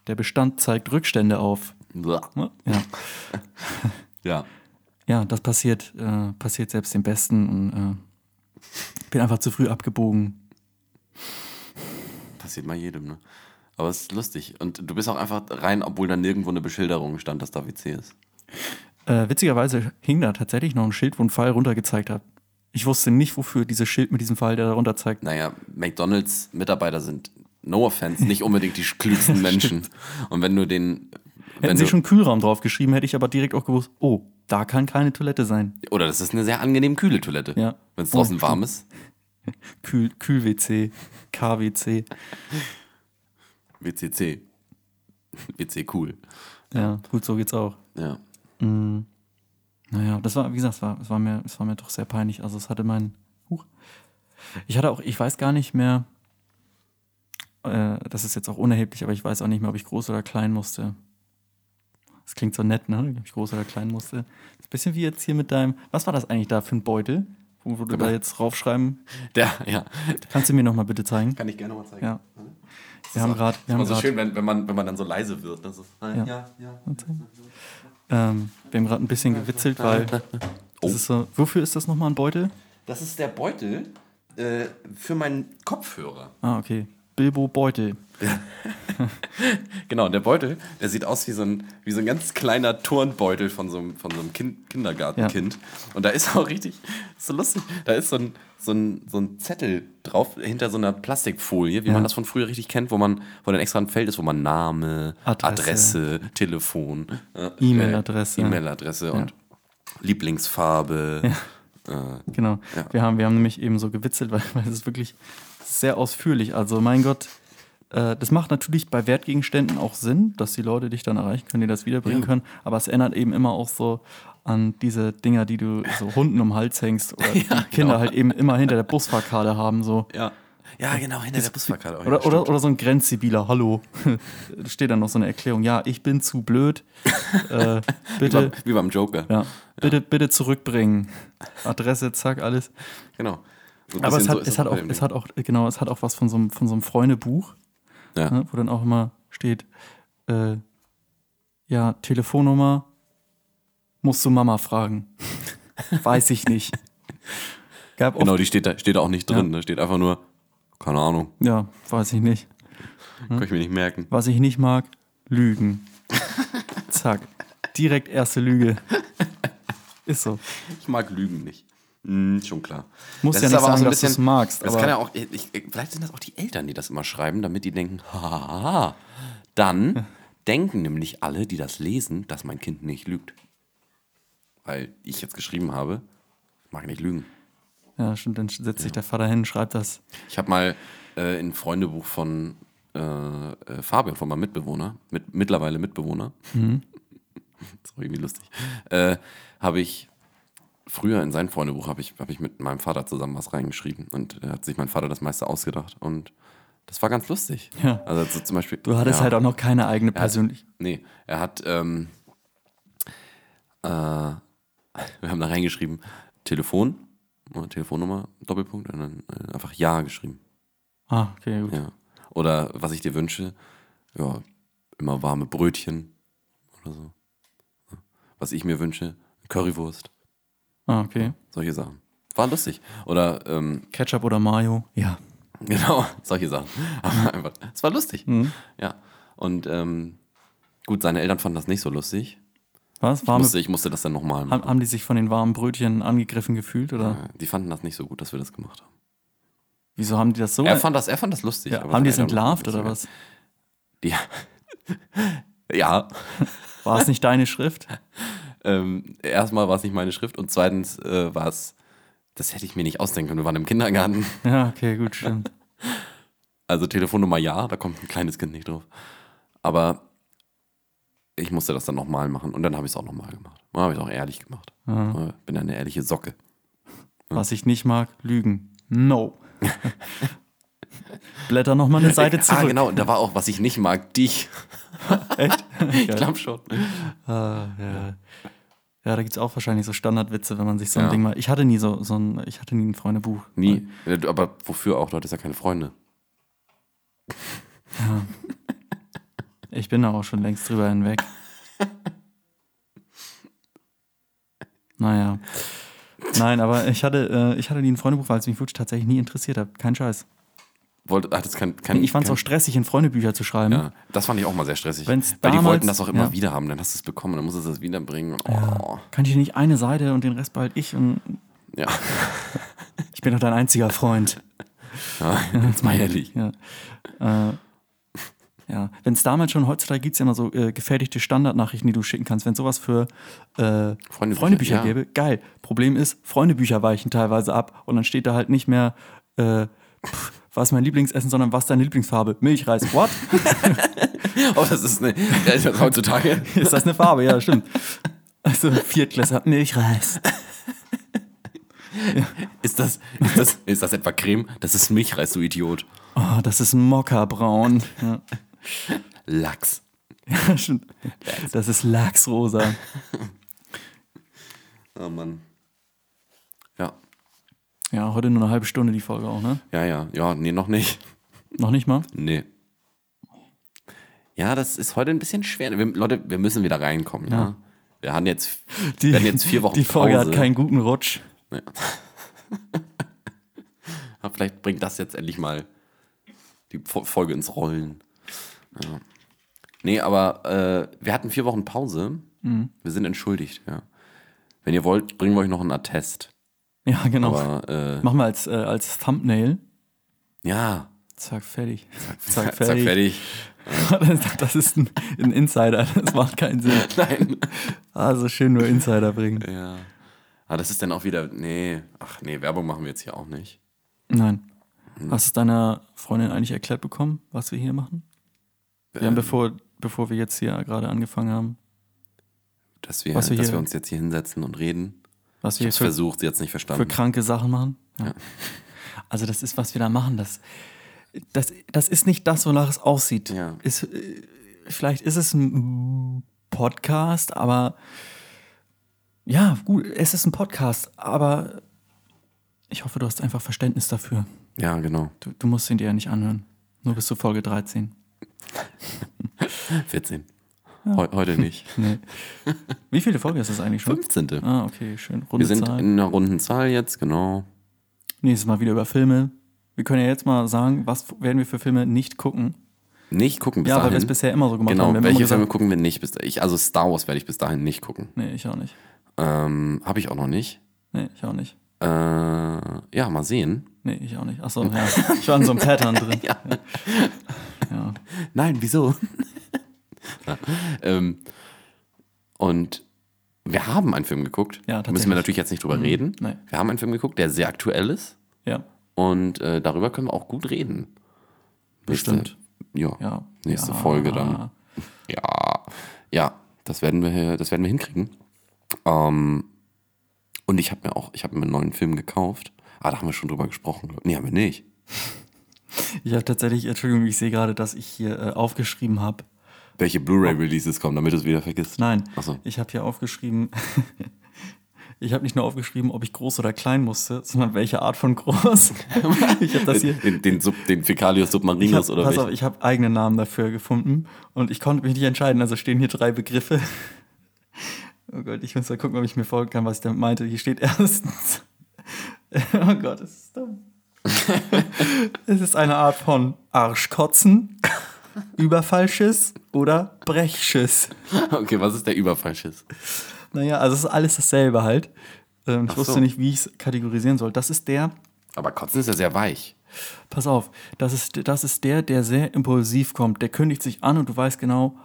der Bestand zeigt Rückstände auf. Ja, Ja. ja das passiert, äh, passiert selbst dem Besten und äh, bin einfach zu früh abgebogen. Passiert mal jedem, ne? Aber es ist lustig. Und du bist auch einfach rein, obwohl da nirgendwo eine Beschilderung stand, dass da WC ist. Äh, witzigerweise hing da tatsächlich noch ein Schild, wo ein Pfeil runtergezeigt hat. Ich wusste nicht, wofür dieses Schild mit diesem Pfeil, der da runterzeigt. Naja, McDonalds-Mitarbeiter sind, no offense, nicht unbedingt die klügsten Menschen. Und wenn du den. Wenn Hätten sie du, schon Kühlraum drauf geschrieben, hätte ich aber direkt auch gewusst, oh, da kann keine Toilette sein. oder das ist eine sehr angenehm kühle Toilette. Ja. Wenn es draußen Oh, warm ist. Kühl- Kühl-WC, KWC. WCC. WC cool. Ja, gut, so geht's auch. Ja. Naja, das war, wie gesagt, es war, es war, mir, es war mir doch sehr peinlich. Also es hatte mein Huch. Ich hatte auch, ich weiß gar nicht mehr, äh, das ist jetzt auch unerheblich, aber ich weiß auch nicht mehr, ob ich groß oder klein musste. Das klingt so nett, ne? Ob ich groß oder klein musste. Ist ein bisschen wie jetzt hier mit deinem, was war das eigentlich da für ein Beutel? Wo wo du da jetzt raufschreiben? Der, ja. Kannst du mir nochmal bitte zeigen? Kann ich gerne mal zeigen. Ja. Wir haben gerade, wir Immer haben so gerade Also schön, wenn, wenn, man, wenn man dann so leise wird. Das ist, ja. Ja, ähm, wir haben gerade ein bisschen gewitzelt, weil das ist so, wofür ist das nochmal ein Beutel? Das ist der Beutel äh, für meinen Kopfhörer. Ah, okay. Bilbo Beutel. Genau, der Beutel, der sieht aus wie so ein, wie so ein ganz kleiner Turnbeutel von so einem, von so einem kind, Kindergartenkind. Und da ist auch richtig, ist so lustig, da ist so ein, so, ein, so ein Zettel drauf, hinter so einer Plastikfolie, wie man das von früher richtig kennt, wo man, wo dann extra ein Feld ist, wo man Name, Adresse, Adresse. Telefon, äh, E-Mail-Adresse. äh, E-Mail-Adresse und Lieblingsfarbe. Äh, Genau. Wir, haben, wir haben nämlich eben so gewitzelt, weil, weil es ist wirklich sehr ausführlich. Also, mein Gott, äh, das macht natürlich bei Wertgegenständen auch Sinn, dass die Leute dich dann erreichen können, die das wiederbringen können. Aber es erinnert eben immer auch so an diese Dinger, die du so Hunden um den Hals hängst oder die genau. Kinder halt eben immer hinter der Busfahrkarte haben. So. ja. ja, genau, hinter der Busfahrkarte. Oh, ja, Oder, stimmt. oder, oder so ein Grenzziviler, hallo. Da steht dann noch so eine Erklärung, ja, ich bin zu blöd. wie, Äh, beim, bitte, wie beim Joker. ja, bitte, bitte zurückbringen. Adresse, zack, alles. Genau. So ein Aber es bisschen hat, so ist es, hat bei auch, dem es Ding. hat auch, äh, genau, es hat auch was von so einem, von so einem Freundebuch, ja. ne, wo dann auch immer steht, äh, ja, Telefonnummer, musst du Mama fragen. Weiß ich nicht. Gab oft, Genau, die steht da, steht da auch nicht drin. Da steht einfach nur, keine Ahnung, ja, weiß ich nicht. Hm. kann ich mir nicht merken. Was ich nicht mag, Lügen. Zack. Direkt erste Lüge. Ist so. Ich mag Lügen nicht. Hm, schon klar. Muss ja ist nicht aber auch sagen, so ein dass du's bisschen- magst, Das aber- kann ja auch, ich, ich- vielleicht sind das auch die Eltern, die das immer schreiben, damit die denken, haha, dann denken nämlich alle, die das lesen, dass mein Kind nicht lügt. Weil ich jetzt geschrieben habe, mag nicht lügen. Ja, stimmt, dann setzt sich der Vater hin, schreibt das. Ich habe mal äh, in ein Freundebuch von äh, äh, Fabian, von meinem Mitbewohner, mit, mittlerweile Mitbewohner, Mhm. das ist auch irgendwie lustig, äh, habe ich früher in sein Freundebuch habe ich, hab ich mit meinem Vater zusammen was reingeschrieben und äh, hat sich mein Vater das meiste ausgedacht und das war ganz lustig. Ja. Also so zum Beispiel. Du hattest ja. halt auch noch keine eigene Er hat- persönlich. Nee, er hat, ähm, äh, wir haben da reingeschrieben, Telefon, äh, Telefonnummer, Doppelpunkt und dann äh, einfach Ja geschrieben. Ah, okay, gut. Ja. Oder was ich dir wünsche, ja, immer warme Brötchen oder so. Was ich mir wünsche, Currywurst, Ah, okay. solche Sachen. War lustig. Oder, ähm, Ketchup oder Mayo? Ja. genau, solche Sachen. Aber einfach, es war lustig. Mhm. Ja. Und, ähm, gut, seine Eltern fanden das nicht so lustig. Was? Ich Warme, musste, ich musste das dann nochmal haben, machen. haben die sich von den warmen Brötchen angegriffen gefühlt? Oder Ja, äh, Die fanden das nicht so gut, dass wir das gemacht haben. wieso haben die das so? Er fand das, er fand das lustig. ja, aber haben die es seine Eltern entlarvt fanden oder das was? nicht so gut. Ja. ja. War es nicht deine Schrift? ähm, erstmal war es nicht meine Schrift und zweitens äh, war es, das hätte ich mir nicht ausdenken können, wir waren im Kindergarten. Ja, okay, gut, stimmt. Also Telefonnummer ja, da kommt ein kleines Kind nicht drauf. Aber ich musste das dann nochmal machen und dann habe ich es auch nochmal gemacht. Dann habe ich es auch ehrlich gemacht. Äh, Bin eine ehrliche Socke. Was ich nicht mag, lügen. No. Blätter nochmal eine Seite zurück. Ah, genau, da war auch, was ich nicht mag, dich. Echt? Ich glaube schon. Ah, ja. ja, da gibt es auch wahrscheinlich so Standardwitze, wenn man sich so ein Ja. Ding mal. Ich hatte nie so, so ein, ich hatte nie ein Freundebuch. Nie. Äh, du- Aber wofür auch? Du hattest ja keine Freunde. Ich bin da auch schon längst drüber hinweg. naja. Nein, aber ich hatte, äh, ich hatte nie ein Freundebuch, weil es mich wirklich tatsächlich nie interessiert hat. Kein Scheiß. Wollte, hattest kein, kein, Ich fand es kein, auch stressig, in Freundebücher zu schreiben. Ja, das fand ich auch mal sehr stressig. Wenn's weil die damals- wollten das auch immer ja. wieder haben. Dann hast du es bekommen, dann musstest du es wiederbringen. Oh, Kann ich nicht eine Seite und den Rest behalt ich und ja. ich bin doch dein einziger Freund. Jetzt mal ehrlich. Ja. Äh, ja. Wenn es damals schon, heutzutage gibt es ja immer so äh, gefertigte Standardnachrichten, die du schicken kannst. Wenn sowas für äh, Freundebücher, Freundebücher, ja. gäbe, geil. Problem ist, Freundebücher weichen teilweise ab und dann steht da halt nicht mehr, äh, pff, was ist mein Lieblingsessen, sondern was ist deine Lieblingsfarbe? Milchreis, what? Oh, das ist eine, das ist heutzutage. ist das eine Farbe? Ja, stimmt. Also Viertklässler, Milchreis. Ist das, ist das, ist das etwa Creme? Das ist Milchreis, du Idiot. Oh, das ist Mokka-braun. Ja. Lachs. Stimmt. Das ist Lachsrosa. Oh Mann. Ja. Ja, heute nur eine halbe Stunde die Folge auch, ne? Ja, ja. Ja, nee, noch nicht. Noch nicht mal? Nee. Ja, das ist heute ein bisschen schwer. Wir, Leute, wir müssen wieder reinkommen, ja. Wir haben jetzt, Die, werden jetzt vier Wochen Die Folge Pause. hat keinen guten Rutsch. Ah, Vielleicht bringt das jetzt endlich mal die Fo- Folge ins Rollen. Ja. Nee, aber äh, wir hatten vier Wochen Pause. Mhm. Wir sind entschuldigt, ja. Wenn ihr wollt, bringen wir euch noch einen Attest. Ja, genau. Aber äh, Machen wir als, äh, als Thumbnail. ja, Zack, fertig. Zack, zack, zack, fertig. das ist ein, ein Insider, das macht keinen Sinn. Nein. Also schön nur Insider bringen. Ja. Ah, das ist dann auch wieder. Nee, ach nee, Werbung machen wir jetzt hier auch nicht. Nein. Hast du es deiner Freundin eigentlich erklärt bekommen, was wir hier machen? Wir Ähm. haben bevor, bevor wir jetzt hier gerade angefangen haben, Dass wir, was wir dass hier- wir uns jetzt hier hinsetzen und reden. was Ich wir hab's für, versucht, sie hat's nicht für verstanden. kranke Sachen machen. Ja. Also das ist, was wir da machen. Das, das, das ist nicht das, wonach es aussieht. Ja. Ist, äh, vielleicht ist es ein Podcast, aber ja, gut, es ist ein Podcast, aber ich hoffe, du hast einfach Verständnis dafür. Ja, genau. Du, du musst ihn dir ja nicht anhören. Nur bis zur Folge 13. 14. Heu heute nicht. Nee. Wie viele Folgen ist das eigentlich schon? 15. Ah, okay, schön. Runde wir sind Zahl. in einer runden Zahl jetzt, genau. Nächstes Mal wieder über Filme. Wir können ja jetzt mal sagen, was werden wir für Filme nicht gucken. Nicht gucken bis Ja, weil dahin. wir es bisher immer so gemacht genau, haben. Wir haben welche immer Filme gesagt, gucken wir nicht bis dahin? Ich, also Star Wars werde ich bis dahin nicht gucken. Nee, ich auch nicht. Ähm, Habe ich auch noch nicht. Nee, ich auch nicht. Äh, ja, mal sehen. Nee, ich auch nicht. Achso, ja. Ich war in so einem Pattern drin. Ja. ja. Nein, wieso? Ja, ähm, und wir haben einen Film geguckt. Ja, tatsächlich. Mhm. Müssen wir natürlich jetzt nicht drüber reden. nein. Wir haben einen Film geguckt, der sehr aktuell ist. Ja. Und äh, darüber können wir auch gut reden. Nächste- Bestimmt. Ja. Ja. Nächste Ja. Folge dann. Ja. Ja, das werden wir, das werden wir hinkriegen. Ähm, und ich habe mir auch, ich habe mir einen neuen Film gekauft. Ah, da haben wir schon drüber gesprochen. glaub- Nee, haben wir nicht. Ich habe tatsächlich, Entschuldigung, ich sehe gerade, dass ich hier äh, aufgeschrieben habe. Welche Blu-ray-Releases kommen, damit du es wieder vergisst? Nein, Ach so. ich habe hier aufgeschrieben, ich habe nicht nur aufgeschrieben, ob ich groß oder klein musste, sondern welche Art von groß. ich habe das hier. Den, den, Sub, den Fecalius Ich hab, Submarinus oder pass auf, welche? ich habe eigene Namen dafür gefunden und ich konnte mich nicht entscheiden. Also stehen hier drei Begriffe. Oh Gott, ich muss mal gucken, ob ich mir folgen kann, was ich damit meinte. Hier steht erstens. Oh Gott, das ist dumm. es ist eine Art von Arschkotzen, Überfallschiss oder Brechschiss. Okay, was ist der Überfallschiss? Naja, also es ist alles dasselbe halt. Ähm, ich Ach wusste so. nicht, wie ich es kategorisieren soll. Das ist der, Aber Kotzen ist ja sehr weich. pass auf, das ist, das ist der, der sehr impulsiv kommt. Der kündigt sich an und du weißt genau,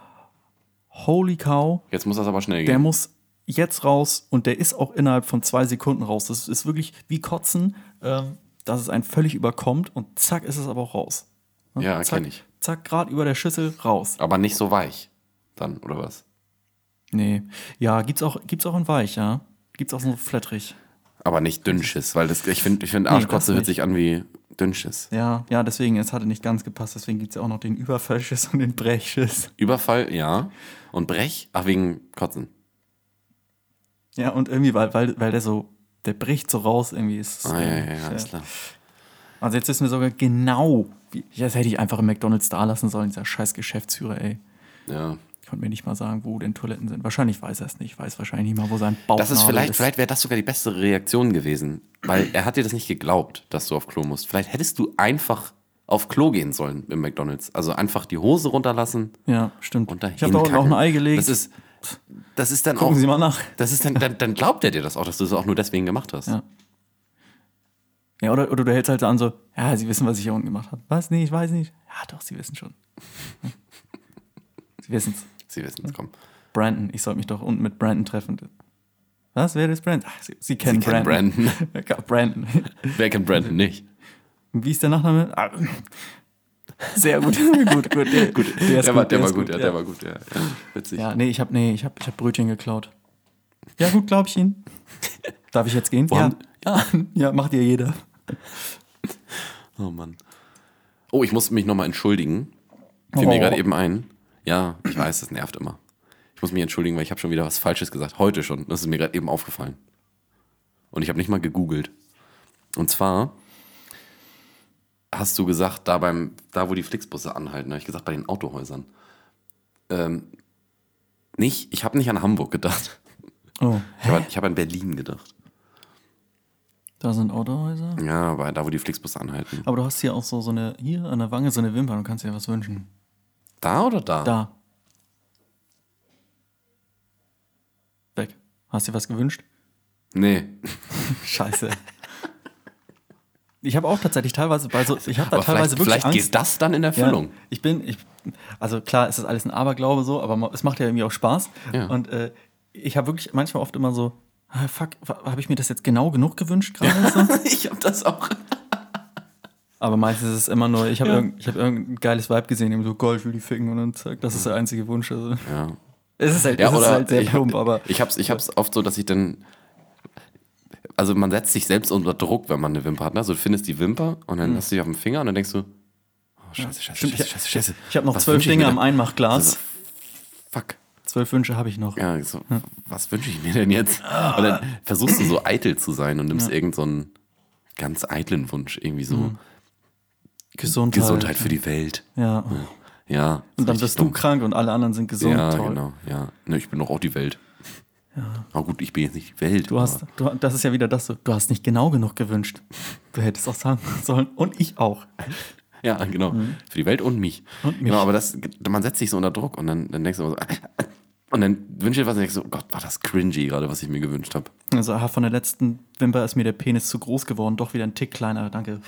holy cow, Jetzt muss das aber schnell der gehen. muss jetzt raus und der ist auch innerhalb von zwei Sekunden raus. Das ist wirklich wie Kotzen, ähm, dass es einen völlig überkommt und zack ist es aber auch raus. Ja, zack, kenn ich. Zack, gerade über der Schüssel raus. Aber nicht so weich dann, oder was? Nee. Ja, gibt's auch, gibt's auch in weich, ja. Gibt's auch so flattrig. Aber nicht Dünnschiss, weil das, ich finde, ich find Arschkotze das hört sich an wie Dünnschiss. Ja, ja, deswegen, es hatte nicht ganz gepasst. Deswegen gibt's ja auch noch den Überfallschiss und den Brechschiss. Überfall, ja. Und Brech? Ach, wegen Kotzen. Ja, und irgendwie, weil, weil, weil der so, der bricht so raus irgendwie. Ist, Ah, ja, ja, äh, ja, alles klar. Also jetzt wissen wir sogar genau, wie, das hätte ich einfach im McDonalds da lassen sollen, dieser scheiß Geschäftsführer, ey. Ja. Konnte mir nicht mal sagen, wo denn Toiletten sind. Wahrscheinlich weiß er es nicht. Weiß wahrscheinlich nicht mal, wo sein Bauch Das ist vielleicht, vielleicht wäre das sogar die beste Reaktion gewesen, weil er hat dir das nicht geglaubt, dass du auf Klo musst. Vielleicht hättest du einfach auf Klo gehen sollen im McDonalds. Also einfach die Hose runterlassen Ja, stimmt. und dahin ich habe da unten auch ein kacken. Ei gelegt. Das ist, das ist dann Gucken auch. Sie mal nach. Das ist dann, dann, dann glaubt er dir das auch, dass du es auch nur deswegen gemacht hast. Ja. Ja, oder, oder du hältst halt an so, ja, sie wissen, was ich hier unten gemacht habe. Was? Nee, ich weiß nicht. Ja, doch, sie wissen schon. sie wissen's. Sie wissen es, komm. Brandon, ich sollte mich doch unten mit Brandon treffen. Was? Wer ist Brandon? Ach, sie, sie kennen Sie kennen Brandon. Brandon. Brandon. Wer kennt Brandon nicht? Und Wie ist der Nachname? Ah, Sehr gut. gut, gut. Der, gut. Der, ist Der war, der ist war gut, ja, der war gut, ja. Witzig. Ja, nee, ich hab, nee, ich hab, ich hab Brötchen geklaut. Ja, gut, glaub ich Ihnen. Darf ich jetzt gehen? Ja. haben- ja. Ja, macht ihr jeder. Oh Mann. Oh, ich muss mich nochmal entschuldigen. Fiel mir Oh. gerade eben ein. Ja, ich weiß, das nervt immer. Ich muss mich entschuldigen, weil ich habe schon wieder was Falsches gesagt. Heute schon. Das ist mir gerade eben aufgefallen. Und ich habe nicht mal gegoogelt. Und zwar hast du gesagt, da, beim, da wo die Flixbusse anhalten, habe ich gesagt, bei den Autohäusern. Ähm, nicht, ich habe nicht an Hamburg gedacht. Oh, Ich habe ich hab an Berlin gedacht. da sind Autohäuser. Ja, aber da, wo die Flixbusse anhalten. Aber du hast hier auch so, so eine, hier an der Wange so eine Wimper, du kannst dir was wünschen. Da oder da? Da. Weg. Hast dir was gewünscht? Nee. Scheiße. Ich habe auch tatsächlich teilweise, bei so, ich habe da Aber teilweise vielleicht, wirklich vielleicht Angst. geht das dann in Erfüllung. Ja, ich bin, ich, also klar, es ist alles ein Aberglaube so, aber ma- es macht ja irgendwie auch Spaß. Ja. Und äh, ich habe wirklich manchmal oft immer so, ah, fuck, habe ich mir das jetzt genau genug gewünscht gerade? so? Ich habe das auch. Aber meistens ist es immer nur, ich habe irgend, ich hab irgendein geiles Vibe gesehen, eben so, Gold will die ficken und dann zack, das ist der einzige Wunsch. Also. Mhm. Ja, Es ist halt, ja es oder ist halt sehr ich, plump, aber ich hab's, ich hab's oft so, dass ich dann also man setzt sich selbst unter Druck, wenn man eine Wimper hat. Ne? Also du findest die Wimper und dann hast du die auf dem Finger und dann denkst du, oh, scheiße, scheiße, scheiße, scheiße, scheiße. Mhm. ich habe noch Was zwölf wünsch ich Dinge mir am denn? Einmachglas. Fuck. Zwölf Wünsche habe ich noch. Ja, so, was wünsche ich mir denn jetzt? Und dann versuchst du so eitel zu sein und nimmst irgend so einen ganz eitlen Wunsch, irgendwie so Mhm. Gesundheit. Gesundheit für die Welt. Ja. Ja. Und dann richtig bist dumm. du krank und alle anderen sind gesund. Ja, Toll. genau. Ja. Ne, ich bin doch auch die Welt. Ja. Aber gut, ich bin jetzt nicht die Welt. Du hast, aber- du, das ist ja wieder das, so, du hast nicht genau genug gewünscht. Du hättest auch sagen sollen. Und ich auch. Ja, genau. Für die Welt und mich. Mhm. Und mich. Genau, aber das, man setzt sich so unter Druck und dann, dann denkst du immer so, und dann wünschst du dir was und denkst so, oh Gott, war das cringy gerade, was ich mir gewünscht habe. Also aha, von der letzten Wimper ist mir der Penis zu groß geworden, doch wieder ein Tick kleiner, danke.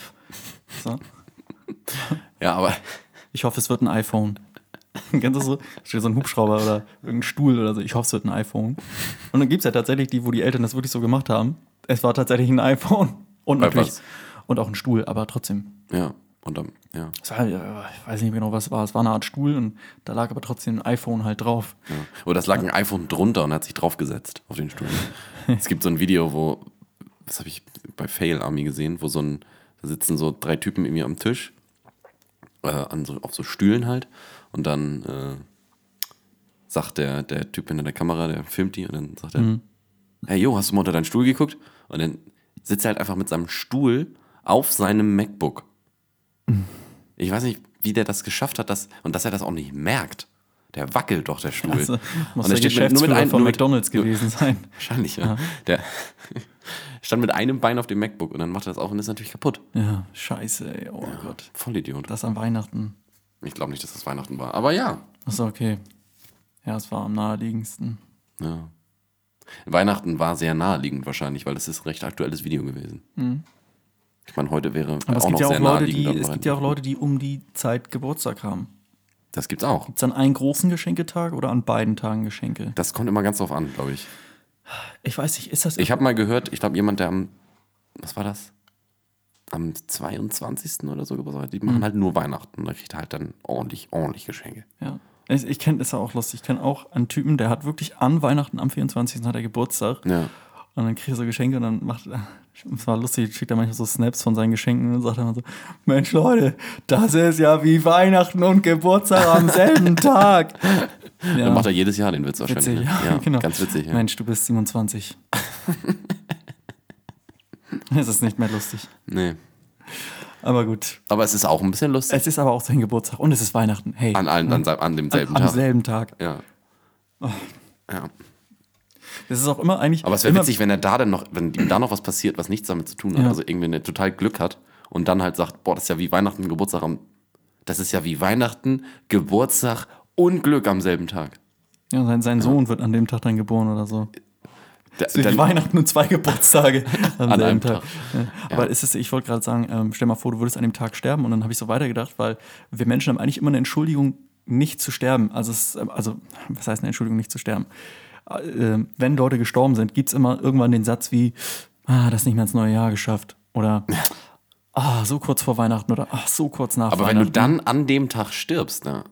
So. Ja, aber Ich hoffe, es wird ein iPhone. Kennst du so? Steht so ein Hubschrauber oder irgendein Stuhl oder so. Ich hoffe, es wird ein iPhone. Und dann gibt es ja tatsächlich die, wo die Eltern das wirklich so gemacht haben. Es war tatsächlich ein iPhone. Und Bei natürlich. was? Und auch ein Stuhl, aber trotzdem. ja, und dann, ja. Es war, äh, ich weiß nicht mehr genau, was es war. Es war eine Art Stuhl und da lag aber trotzdem ein iPhone halt drauf. ja. Oder es lag ein iPhone drunter und hat sich draufgesetzt auf den Stuhl. es gibt so ein Video, wo, das habe ich bei Fail Army gesehen, wo so ein, da sitzen so drei Typen irgendwie am Tisch, äh, an so, auf so Stühlen halt, und dann äh, sagt der, der Typ hinter der Kamera, der filmt die, und dann sagt er, Mhm. hey Jo, hast du mal unter deinen Stuhl geguckt? Und dann sitzt er halt einfach mit seinem Stuhl auf seinem MacBook. Ich weiß nicht, wie der das geschafft hat, dass, und dass er das auch nicht merkt. Der wackelt doch der Stuhl. Also, muss und er der steht mit- nur mit Geschäftsführer einem- von nur mit- McDonalds nur- gewesen sein. Wahrscheinlich, ja. Der stand mit einem Bein auf dem MacBook und dann macht er das auf und ist natürlich kaputt. Ja, scheiße, ey. Oh Gott. Vollidiot. Das an Weihnachten. Ich glaube nicht, dass das Weihnachten war. Aber ja. Achso, okay. Ja, es war am naheliegendsten. ja. Weihnachten war sehr naheliegend wahrscheinlich, weil das ist ein recht aktuelles Video gewesen. Ich meine, heute wäre Mhm. Aber auch es, gibt noch ja sehr auch Leute, naheliegend. die, am es gibt ja auch Weihnachten. Leute, die um die Zeit Geburtstag haben. Das gibt's auch. Gibt es an einen großen Geschenketag oder an beiden Tagen Geschenke? Das kommt immer ganz drauf an, glaube ich. Ich weiß nicht, ist das. Ich habe mal gehört, ich glaube, jemand, der am, was war das? am 22. oder so Geburtstag hat, die Mhm. machen halt nur Weihnachten. Da kriegt er halt dann ordentlich, ordentlich Geschenke. Ja. Ich, ich kenne, ist ja auch lustig. Ich kenne auch einen Typen, der hat wirklich an Weihnachten am 24. hat er Geburtstag. Ja. Und dann kriegt er so Geschenke und dann macht er, es war lustig, schickt er manchmal so Snaps von seinen Geschenken und sagt dann so, Mensch Leute, das ist ja wie Weihnachten und Geburtstag am selben Tag. Ja, Dann macht er jedes Jahr den Witz wahrscheinlich. witzig, ne? ja, genau. Ganz witzig. Ja. Mensch, du bist 27. es ist nicht mehr lustig. Nee. Aber gut. Aber es ist auch ein bisschen lustig. Es ist aber auch sein Geburtstag und es ist Weihnachten. Hey, an, allen, an, se- an demselben am Tag. selben Tag. ja. ja. Das ist auch immer eigentlich. Aber es wäre immer- witzig, wenn er da dann noch, wenn ihm da noch was passiert, was nichts damit zu tun hat. Ja. Also irgendwie eine total Glück hat und dann halt sagt, boah, das ist ja wie Weihnachten, Geburtstag am. Das ist ja wie Weihnachten, Geburtstag und Glück am selben Tag. Ja, sein, sein Sohn wird an dem Tag dann geboren oder so. Da, So wie dann- Weihnachten und zwei Geburtstage An am einem selben Tag. Tag. Ja. Aber ist es, ich wollte gerade sagen, ähm, stell mal vor, du würdest an dem Tag sterben und dann habe ich so weitergedacht, weil wir Menschen haben eigentlich immer eine Entschuldigung, nicht zu sterben. Also, es, ähm, also was heißt eine Entschuldigung, nicht zu sterben? Äh, ähm, wenn Leute gestorben sind, gibt es immer irgendwann den Satz wie, ah, das nicht mehr ins neue Jahr geschafft. Oder ah, so kurz vor Weihnachten oder ah, so kurz nach aber wenn Weihnachten. du dann an dem Tag stirbst, ne,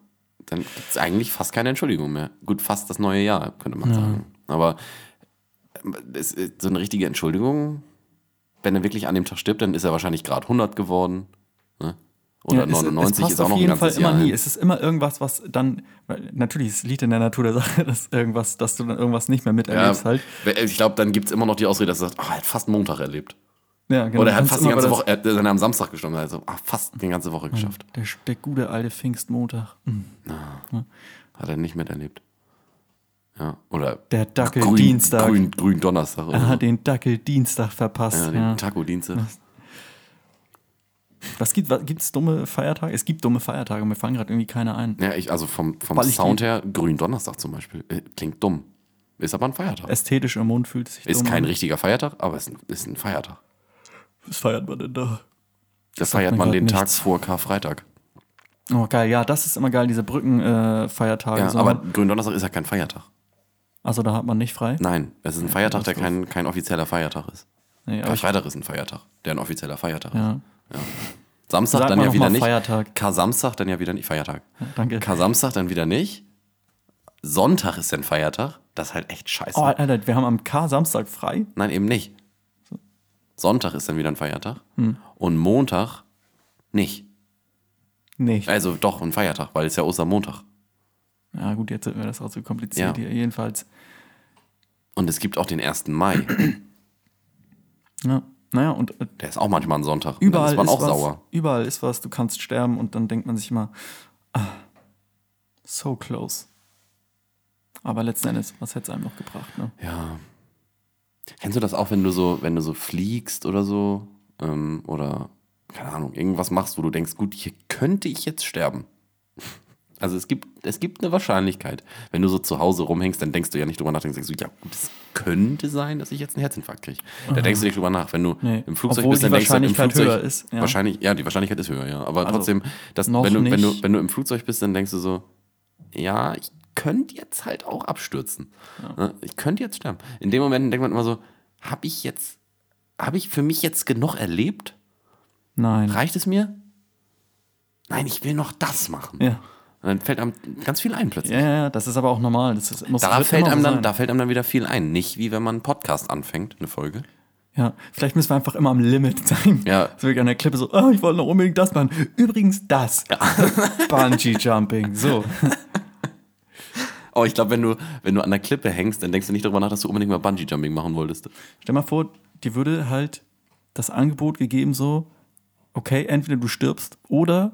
dann gibt es eigentlich fast keine Entschuldigung mehr. Gut, fast das neue Jahr, könnte man sagen. Aber äh, es ist so eine richtige Entschuldigung, wenn er wirklich an dem Tag stirbt, dann ist er wahrscheinlich gerade 100 geworden. Ne? Oder Ja, es- 99 es passt ist auch noch auf ein jeden Fall ganzes Jahr. immer nie. hin. Es ist immer irgendwas, was dann, weil natürlich es liegt in der Natur der Sache, dass irgendwas, dass du dann irgendwas nicht mehr Ja, äh, miterlebst halt. Ich glaube, dann gibt es immer noch die Ausrede, dass er sagt, ah, er hat fast einen Montag erlebt. Ja, genau. Oder er hat Ganz fast die immer ganze war Woche, er hat dann am Samstag gestorben, also ah, fast die ganze Woche geschafft. das- Der, der gute alte Pfingstmontag. Mhm. Hat er nicht miterlebt. Ja, oder Der Grün, Dackeldienstag. Grün, Grün Donnerstag. Oder Er so. hat Ah, den Dackeldienstag verpasst. Oh. ja, den Ja, Taco-Dienstag. Was gibt was, gibt's dumme Feiertage? Es gibt dumme Feiertage, mir fallen gerade irgendwie keine ein. Ja, ich, also vom, vom Weil ich Sound her, Grün Donnerstag zum Beispiel, äh, klingt dumm. Ist aber ein Feiertag. Ästhetisch im Mund fühlt sich ist dumm kein an. richtiger Feiertag, aber es ist ein- ist ein Feiertag. Was feiert man denn da? Da sagt feiert mir man grad den Tag nichts. vor Karfreitag. Oh geil, ja, das ist immer geil, diese Brückenfeiertage. Äh, Feiertage. Ja, so. aber Gründonnerstag ist ja kein Feiertag. also da hat man nicht frei. Nein, es ist ein Feiertag, der kein, kein offizieller Feiertag ist. Nee, aber ich- Karfreitag ist ein Feiertag, der ein offizieller Feiertag ist. ja. Samstag Sag dann mal ja noch wieder mal nicht. Feiertag. Kar-Samstag dann ja wieder nicht. Feiertag. Danke. Kar-Samstag dann wieder nicht. Sonntag ist ein Feiertag. Das ist halt echt scheiße. Oh, Alter, wir haben am K-Samstag frei. Nein, eben nicht. Sonntag ist dann wieder ein Feiertag. Hm. Und Montag nicht. Nicht. Also doch ein Feiertag, weil es ja Ostermontag. Ja, gut, jetzt wäre das auch zu kompliziert Ja. hier. Jedenfalls. Und es gibt auch den 1. Mai. Ja. Naja, und äh, Der ist auch manchmal ein Sonntag. Und überall dann ist man auch was. sauer. Überall ist was. Du kannst sterben und dann denkt man sich immer, ah, so close. Aber letzten Endes, was hätte es einem noch gebracht? Ne? Ja. Kennst du das auch, wenn du so, wenn du so fliegst oder so? Ähm, oder, keine Ahnung, irgendwas machst, wo du denkst, gut, hier könnte ich jetzt sterben. Also es gibt, es gibt eine Wahrscheinlichkeit. Wenn du so zu Hause rumhängst, dann denkst du ja nicht drüber nach, dann denkst du, ja, gut, es könnte sein, dass ich jetzt einen Herzinfarkt kriege. Da denkst du nicht drüber nach. Wenn du Nee. im Flugzeug Obwohl bist, dann die denkst du, im Wahrscheinlichkeit Flugzeug höher ist, ja. wahrscheinlich, ja, die Wahrscheinlichkeit ist höher, ja. Aber Also, trotzdem, dass, noch wenn, du, wenn, du, nicht. wenn du im Flugzeug bist, dann denkst du so, ja, ich könnte jetzt halt auch abstürzen. Ne? Ich könnte jetzt sterben. In dem Moment denkt man immer so, habe ich jetzt, habe ich für mich jetzt genug erlebt? Nein. Reicht es mir? Nein, ich will noch das machen. Ja. Und dann fällt einem ganz viel ein plötzlich. Ja, ja, ja, das ist aber auch normal. Das ist, muss Da wird fällt, immer einem so dann, sein. da fällt einem dann wieder viel ein. Nicht wie wenn man einen Podcast anfängt, eine Folge. Ja, vielleicht müssen wir einfach immer am Limit sein. Ja. So wirklich an der Klippe so, ah, ich wollte noch unbedingt das machen. Übrigens das. Bungee Jumping. So. Oh, ich glaube, wenn du, wenn du an der Klippe hängst, dann denkst du nicht darüber nach, dass du unbedingt mal Bungee-Jumping machen wolltest. Stell mal vor, dir würde halt das Angebot gegeben, so, okay, entweder du stirbst oder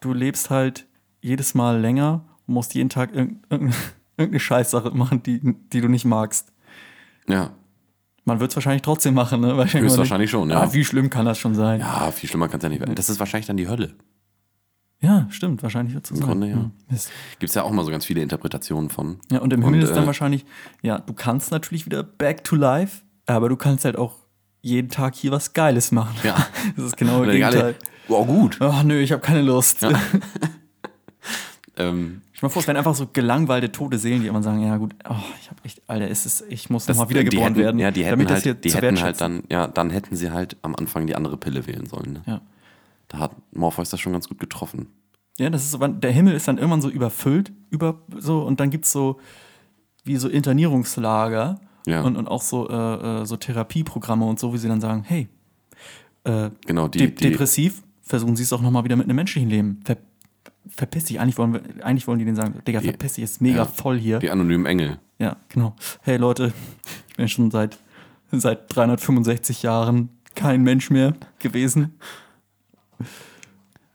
du lebst halt jedes Mal länger und musst jeden Tag irg- irg- irgendeine Scheißsache machen, die, die du nicht magst. Ja. Man wird es wahrscheinlich trotzdem machen, ne? Weil Höchstwahrscheinlich schon, ja. Ah, wie schlimm kann das schon sein? Ja, Ah, viel schlimmer kann es ja nicht werden. Das ist wahrscheinlich dann die Hölle. Ja, stimmt, wahrscheinlich wird es so sein. Hm, Grunde, ja. Mist. Gibt es ja auch immer so ganz viele Interpretationen von. Ja, und im Himmel ist dann äh, wahrscheinlich, ja, du kannst natürlich wieder back to life, aber du kannst halt auch jeden Tag hier was Geiles machen. Ja. Das ist genau das Oder egal, Gegenteil. wow, gut. Ach nö, ich habe keine Lust. Ähm, Ich mal vor, es wären einfach so gelangweilte tote Seelen, die immer sagen, ja gut, oh, ich habe echt, Alter, es ist, ich muss nochmal die wiedergeboren hätten, werden, Ja, die hätten damit das halt, hier die zu hätten halt wertschätzen. dann, ja, dann hätten sie halt am Anfang die andere Pille wählen sollen. Ne? Ja. Da hat Morpheus das schon ganz gut getroffen. Ja, das ist so, wann- der Himmel ist dann irgendwann so überfüllt, über so, und dann gibt es so wie so Internierungslager Ja. und, und auch so, äh, äh, so Therapieprogramme und so, wie sie dann sagen, hey, äh, Genau, die, de die depressiv, versuchen sie es auch nochmal wieder mit einem menschlichen Leben. Ver verpiss dich, eigentlich wollen, wir, eigentlich wollen die denen sagen, Digga, Die- verpiss dich, ist mega ja. voll hier. die anonymen Engel. Ja, genau. Hey Leute, ich bin schon seit, seit 365 Jahren kein Mensch mehr gewesen.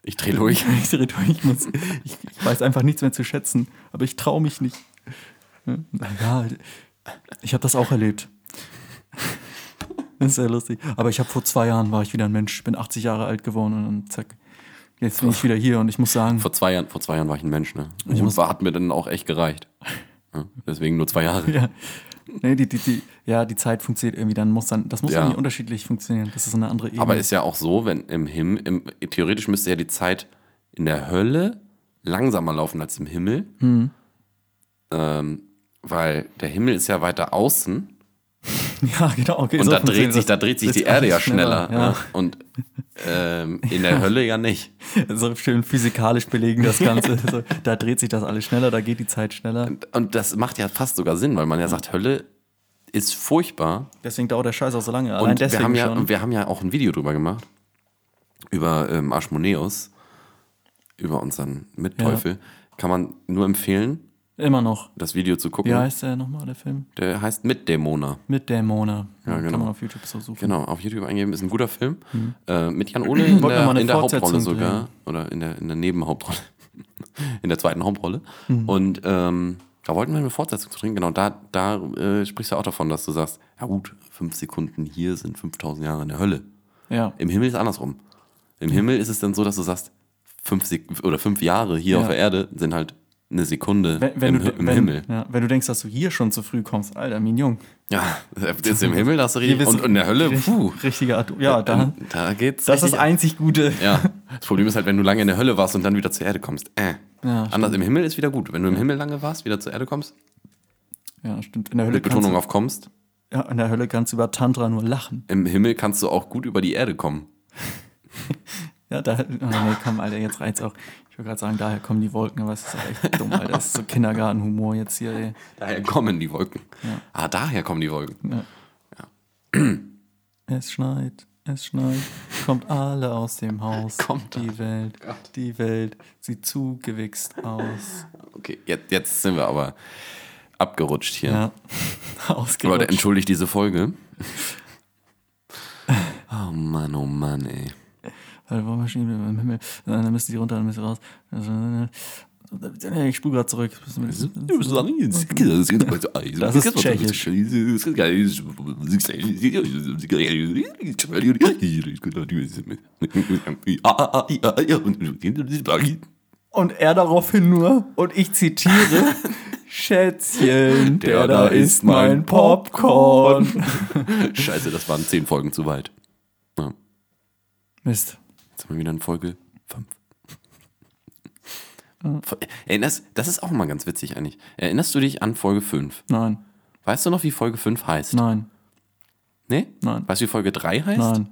Ich drehe durch. Ich drehe durch, ich, muss, ich, ich weiß einfach nichts mehr zu schätzen, aber ich traue mich nicht. Ja, ich habe das auch erlebt. Das ist sehr lustig. Aber ich habe vor zwei Jahren war ich wieder ein Mensch, bin 80 Jahre alt geworden und dann zack. Jetzt bin ich wieder hier und ich muss sagen, Vor zwei Jahren, vor zwei Jahren war ich ein Mensch, ne? Und gut, war, hat mir dann auch echt gereicht. Ja, deswegen nur zwei Jahre. ja, nee, die, die, die, ja, die Zeit funktioniert irgendwie, dann muss dann, das muss Ja. irgendwie unterschiedlich funktionieren. Das ist eine andere Ebene. Aber ist ja auch so, wenn im Himmel, im, theoretisch müsste ja die Zeit in der Hölle langsamer laufen als im Himmel. Mhm. Ähm, weil der Himmel ist ja weiter außen Ja, genau. Okay, und so da, dreht funktioniert sich, das. da dreht sich Das die ist Erde ja alles schneller. ne? Und ähm, in der Hölle ja nicht. Ja. So schön physikalisch belegen das Ganze. so, da dreht sich das alles schneller, da geht die Zeit schneller. Und, und das macht ja fast sogar Sinn, weil man ja sagt, Hölle ist furchtbar, Deswegen dauert der Scheiß auch so lange. Allein Und wir deswegen haben, ja, schon. und wir haben ja auch ein Video drüber gemacht. Über ähm, Aschmoneus. Über unseren Mitteufel. Kann man nur empfehlen, Immer noch. das Video zu gucken. Wie heißt der nochmal, der Film? Der heißt Mitdämoner. Mit Dämoner. Ja, genau. Kann man auf YouTube so suchen. Genau, auf YouTube eingeben. Ist ein guter Film. Äh, mit Jan Ole in Wollten wir Mhm. mal der, eine in der Hauptrolle Fortsetzung sogar. Oder in der, in der Nebenhauptrolle. in der zweiten Hauptrolle. Mhm. Und ähm, da wollten wir eine Fortsetzung zu trinken. Genau, da, da äh, sprichst du auch davon, dass du sagst, ja gut, fünf Sekunden hier sind 5000 Jahre in der Hölle. Ja. Im Himmel ist andersrum. Im Himmel ist es dann so, dass du sagst, fünf Sek oder fünf Jahre hier Ja. auf der Erde sind halt eine Sekunde Wenn, wenn im, du, Hi- im wenn, Himmel. Ja, wenn du denkst, dass du hier schon zu früh kommst, Alter, Mignon. Ja, jetzt im Himmel hast du Hier richtig. bist Und du- in der Hölle, puh. Richtige Art. Ja, da, ähm, da geht's. Ah, das ist das richtig- einzig Gute. Ja, das Problem ist halt, wenn du lange in der Hölle warst und dann wieder zur Erde kommst. Äh. Ja, Anders im Himmel ist wieder gut. Wenn du im Himmel lange warst, wieder zur Erde kommst, Ja, stimmt. In der Hölle, mit Betonung kannst, auf kommst, du- ja, in der Hölle kannst du über Tantra nur lachen. im Himmel kannst du auch gut über die Erde kommen. Ja, da, oh nee, komm, Alter, jetzt reiz auch. Ich würde gerade sagen, daher kommen die Wolken, aber es ist auch echt dumm, Alter. Das ist so Kindergartenhumor jetzt hier, ey. Daher kommen die Wolken. Ah, daher kommen die Wolken. Ja. Es schneit, es schneit, kommt alle aus dem Haus. Kommt die Welt, die Welt sieht zugewichst aus. Okay, jetzt, jetzt sind wir aber abgerutscht hier. Ja, Leute, ausgerutscht. entschuldigt diese Folge. Oh Mann, oh Mann, ey. Warte, warum stehen wir im Himmel? Nein, Dann müssen die runter, dann müssen die raus. Also, äh, Ich spule gerade zurück. Mhm. Das ist tschechisch. Und er daraufhin nur, und ich zitiere, Schätzchen, der, da ist mein Popcorn. Scheiße, das waren zehn Folgen zu weit. Ja, Mist. jetzt haben wir wieder in Folge fünf. Erinnerst, das ist auch mal ganz witzig eigentlich. Erinnerst du dich an Folge 5? Nein, Weißt du noch, wie Folge 5 heißt? nein, Nee? Nein. Weißt du, wie Folge 3 heißt? nein.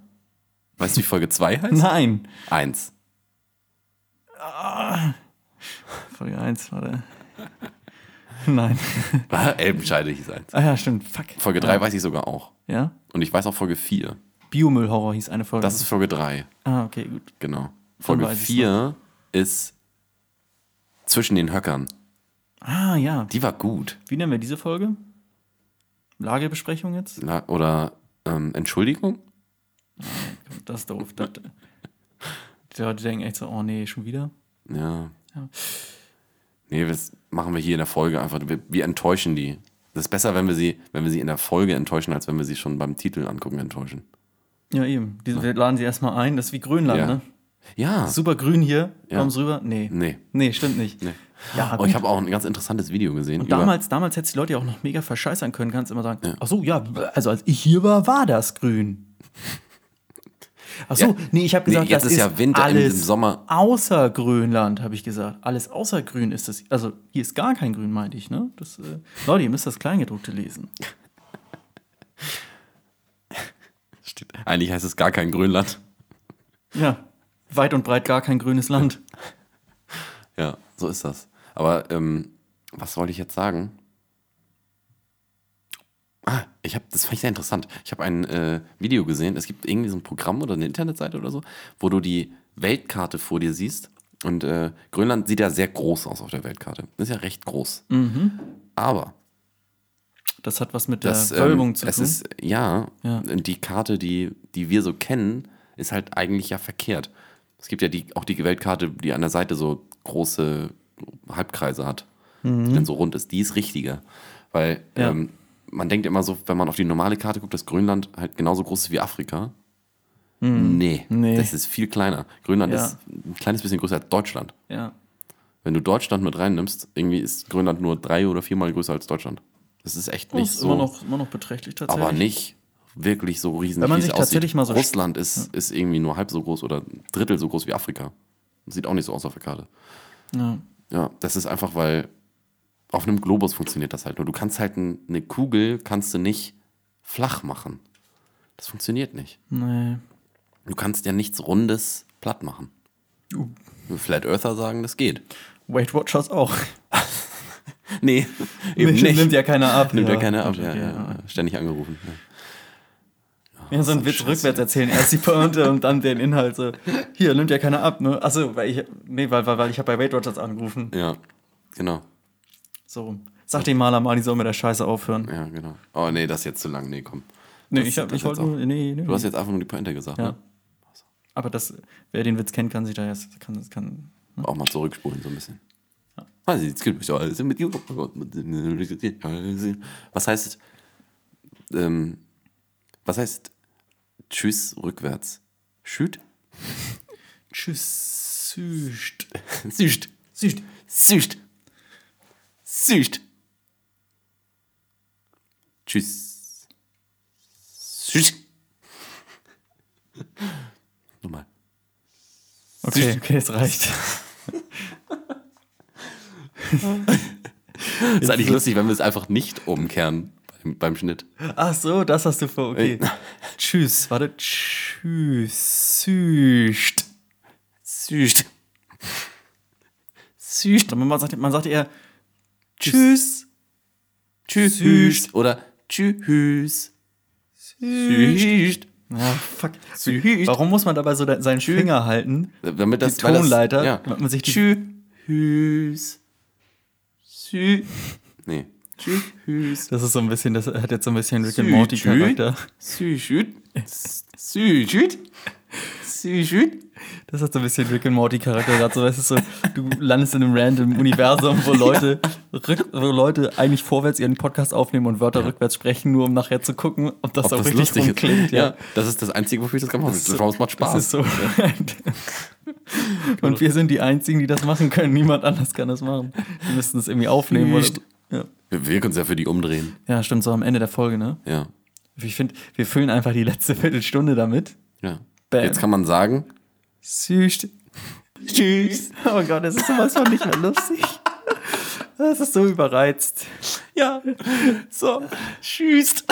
Weißt du, wie Folge 2 heißt? Nein. 1. Folge 1, warte. Nein. Elbenscheide hieß 1. Ah ja, stimmt. Fuck. Folge 3 weiß ich sogar auch. Ja? Und ich weiß auch Folge 4. Biomüllhorror hieß eine Folge. Das ist Folge 3, ah, okay, gut. genau. Folge Mhm. weiß ich's 4 ist zwischen den Höckern. Ah, ja. Die war gut. Wie nennen wir diese Folge? Lagebesprechung jetzt? Na, oder ähm, Entschuldigung? Das ist doof. Das, die Leute denken echt so, oh nee, schon wieder. Ja. Ja. Nee, das machen wir hier in der Folge einfach. Wir, wir enttäuschen die. Das ist besser, wenn wir, sie, wenn wir sie in der Folge enttäuschen, als wenn wir sie schon beim Titel angucken enttäuschen. Ja, eben. Diese, wir laden sie erstmal ein. Das ist wie Grönland, Ja. ne? Ja. Super grün hier. Ja. Kommst rüber? Nee. Nee. Nee, stimmt nicht. Ja, Oh, ich gut. habe auch ein ganz interessantes Video gesehen. über- Damals, damals hättest du die Leute ja auch noch mega verscheißern können. Kannst immer sagen, ach so, ja, also als ich hier war, war das grün. Achso, Ja. nee, ich habe Nee, gesagt, jetzt das ist ja Winter, im- im alles Sommer- außer Grönland, habe ich gesagt. Alles außer Grün ist das. Also hier ist gar kein Grün, meinte ich, ne? Das, äh, Leute, ihr müsst das Kleingedruckte lesen. Steht, eigentlich heißt es gar kein Grönland. Ja, weit und breit gar kein grünes Land. Ja, so ist das. Aber ähm, was wollte ich jetzt sagen? Ah, ich habe, das fand ich sehr interessant. Ich habe ein äh, Video gesehen. Es gibt irgendwie so ein Programm oder eine Internetseite oder so, wo du die Weltkarte vor dir siehst. Und äh, Grönland sieht ja sehr groß aus auf der Weltkarte. Ist ja recht groß. Aber Das hat was mit der das, Äh, Wölbung ähm, zu es tun. ist ja, Ja. und die Karte, die, die wir so kennen, ist halt eigentlich ja verkehrt. Es gibt ja die, auch die Weltkarte, die an der Seite so große Halbkreise hat, die dann so rund ist. Die ist richtiger, weil Mhm. Ja. ähm, man denkt immer so, wenn man auf die normale Karte guckt, dass Grönland halt genauso groß ist wie Afrika. Nee, Mhm. Nee. das ist viel kleiner. Grönland Ja. ist ein kleines bisschen größer als Deutschland. ja. Wenn du Deutschland mit reinnimmst, irgendwie ist Grönland nur drei oder viermal größer als Deutschland. Das ist echt Das nicht ist so. immer, noch, immer noch beträchtlich tatsächlich. Aber nicht wirklich so riesig. Wenn man wie es sich aussieht. tatsächlich mal so- Russland ist, ist irgendwie nur halb so groß oder ein Drittel so groß wie Afrika. Sieht auch nicht so aus auf der Karte. Ja. Ja, das ist einfach, weil auf einem Globus funktioniert das halt nur. Du kannst halt ein- eine Kugel kannst du nicht flach machen. Das funktioniert nicht. Nee. Du kannst ja nichts Rundes platt machen. Uh. Flat Earther sagen, das geht. Weight Watchers auch. Nee, eben Nimmt- nicht. Nimmt ja keiner ab. Nimmt ja keiner ab. Ja, Okay, ja. ja. Ständig angerufen. Ja. Ja, so einen Witz rückwärts erzählen. Erst die Pointe und dann den Inhalt. So. Hier, nimmt ja keiner ab, ne? Achso, weil ich, nee, weil, weil, weil ich habe bei Weight Watchers angerufen. Ja, genau. So rum. Sag dem Maler mal, die soll mit der Scheiße aufhören. Ja, genau. Oh nee, das ist jetzt zu lang. Nee, komm. Nee, Das- ich, hab, das ich wollte jetzt auch. nur. Nee, nee. Du hast jetzt einfach nur die Pointe gesagt, ja. ne? Aber das, wer den Witz kennt, kann sich da jetzt. Kann, kann, Auch mal zurückspulen so ein bisschen. Also, jetzt gibt es ja alles mit dir. Was heißt, ähm, was heißt Tschüss rückwärts? Schüt? tschüss. Süßt. Süßt. Süßt. Süßt. Süßt. Tschüss. Süßt. Nochmal. Okay, okay, es reicht. Ist eigentlich lustig, wenn wir es einfach nicht umkehren beim, beim Schnitt. Ach so, das hast du vor. Äh, Okay. tschüss. Warte. Tschüss. Süßt. Süßt. Süßt. Man sagt, man sagt eher Tschüss. Tschüss. Süßt. Oder tschüss. Süßt. Süßt. Ja, fuck. Süßt. Warum muss man dabei so de- seinen Finger halten? Damit das, Die weil das- Tonleiter, ja. damit man sich die- Tschüss. Sü. Nee. Tschüss. Das ist so ein bisschen, das hat jetzt so ein bisschen Rick and Süß. Morty Charakter. Süßt. Süßt. Süßt. Das hat so ein bisschen Rick and Morty Charakter gerade so, weißt du, so, du landest in einem random Universum, wo Leute, rück, wo Leute eigentlich vorwärts ihren Podcast aufnehmen und Wörter rückwärts sprechen, nur um nachher zu gucken, ob das Ob auch das richtig lustig rum ist. klingt. Ja. ja, das ist das Einzige, wofür ich das kann machen. Das, das macht Spaß. Das ist so. Ah. und wir sind die einzigen, die das machen können. Niemand anders kann das machen. Wir müssten es irgendwie aufnehmen oder so. Ja. wir wir können es ja für die umdrehen. ja, stimmt, so am Ende der Folge, ne? Ja. Ich finde, wir füllen einfach die letzte Viertelstunde damit. ja. Bam. Jetzt kann man sagen. Süß. Tschüss. Oh Gott, das ist sowas von nicht mehr lustig. Das ist so überreizt. Ja. So. Tschüss.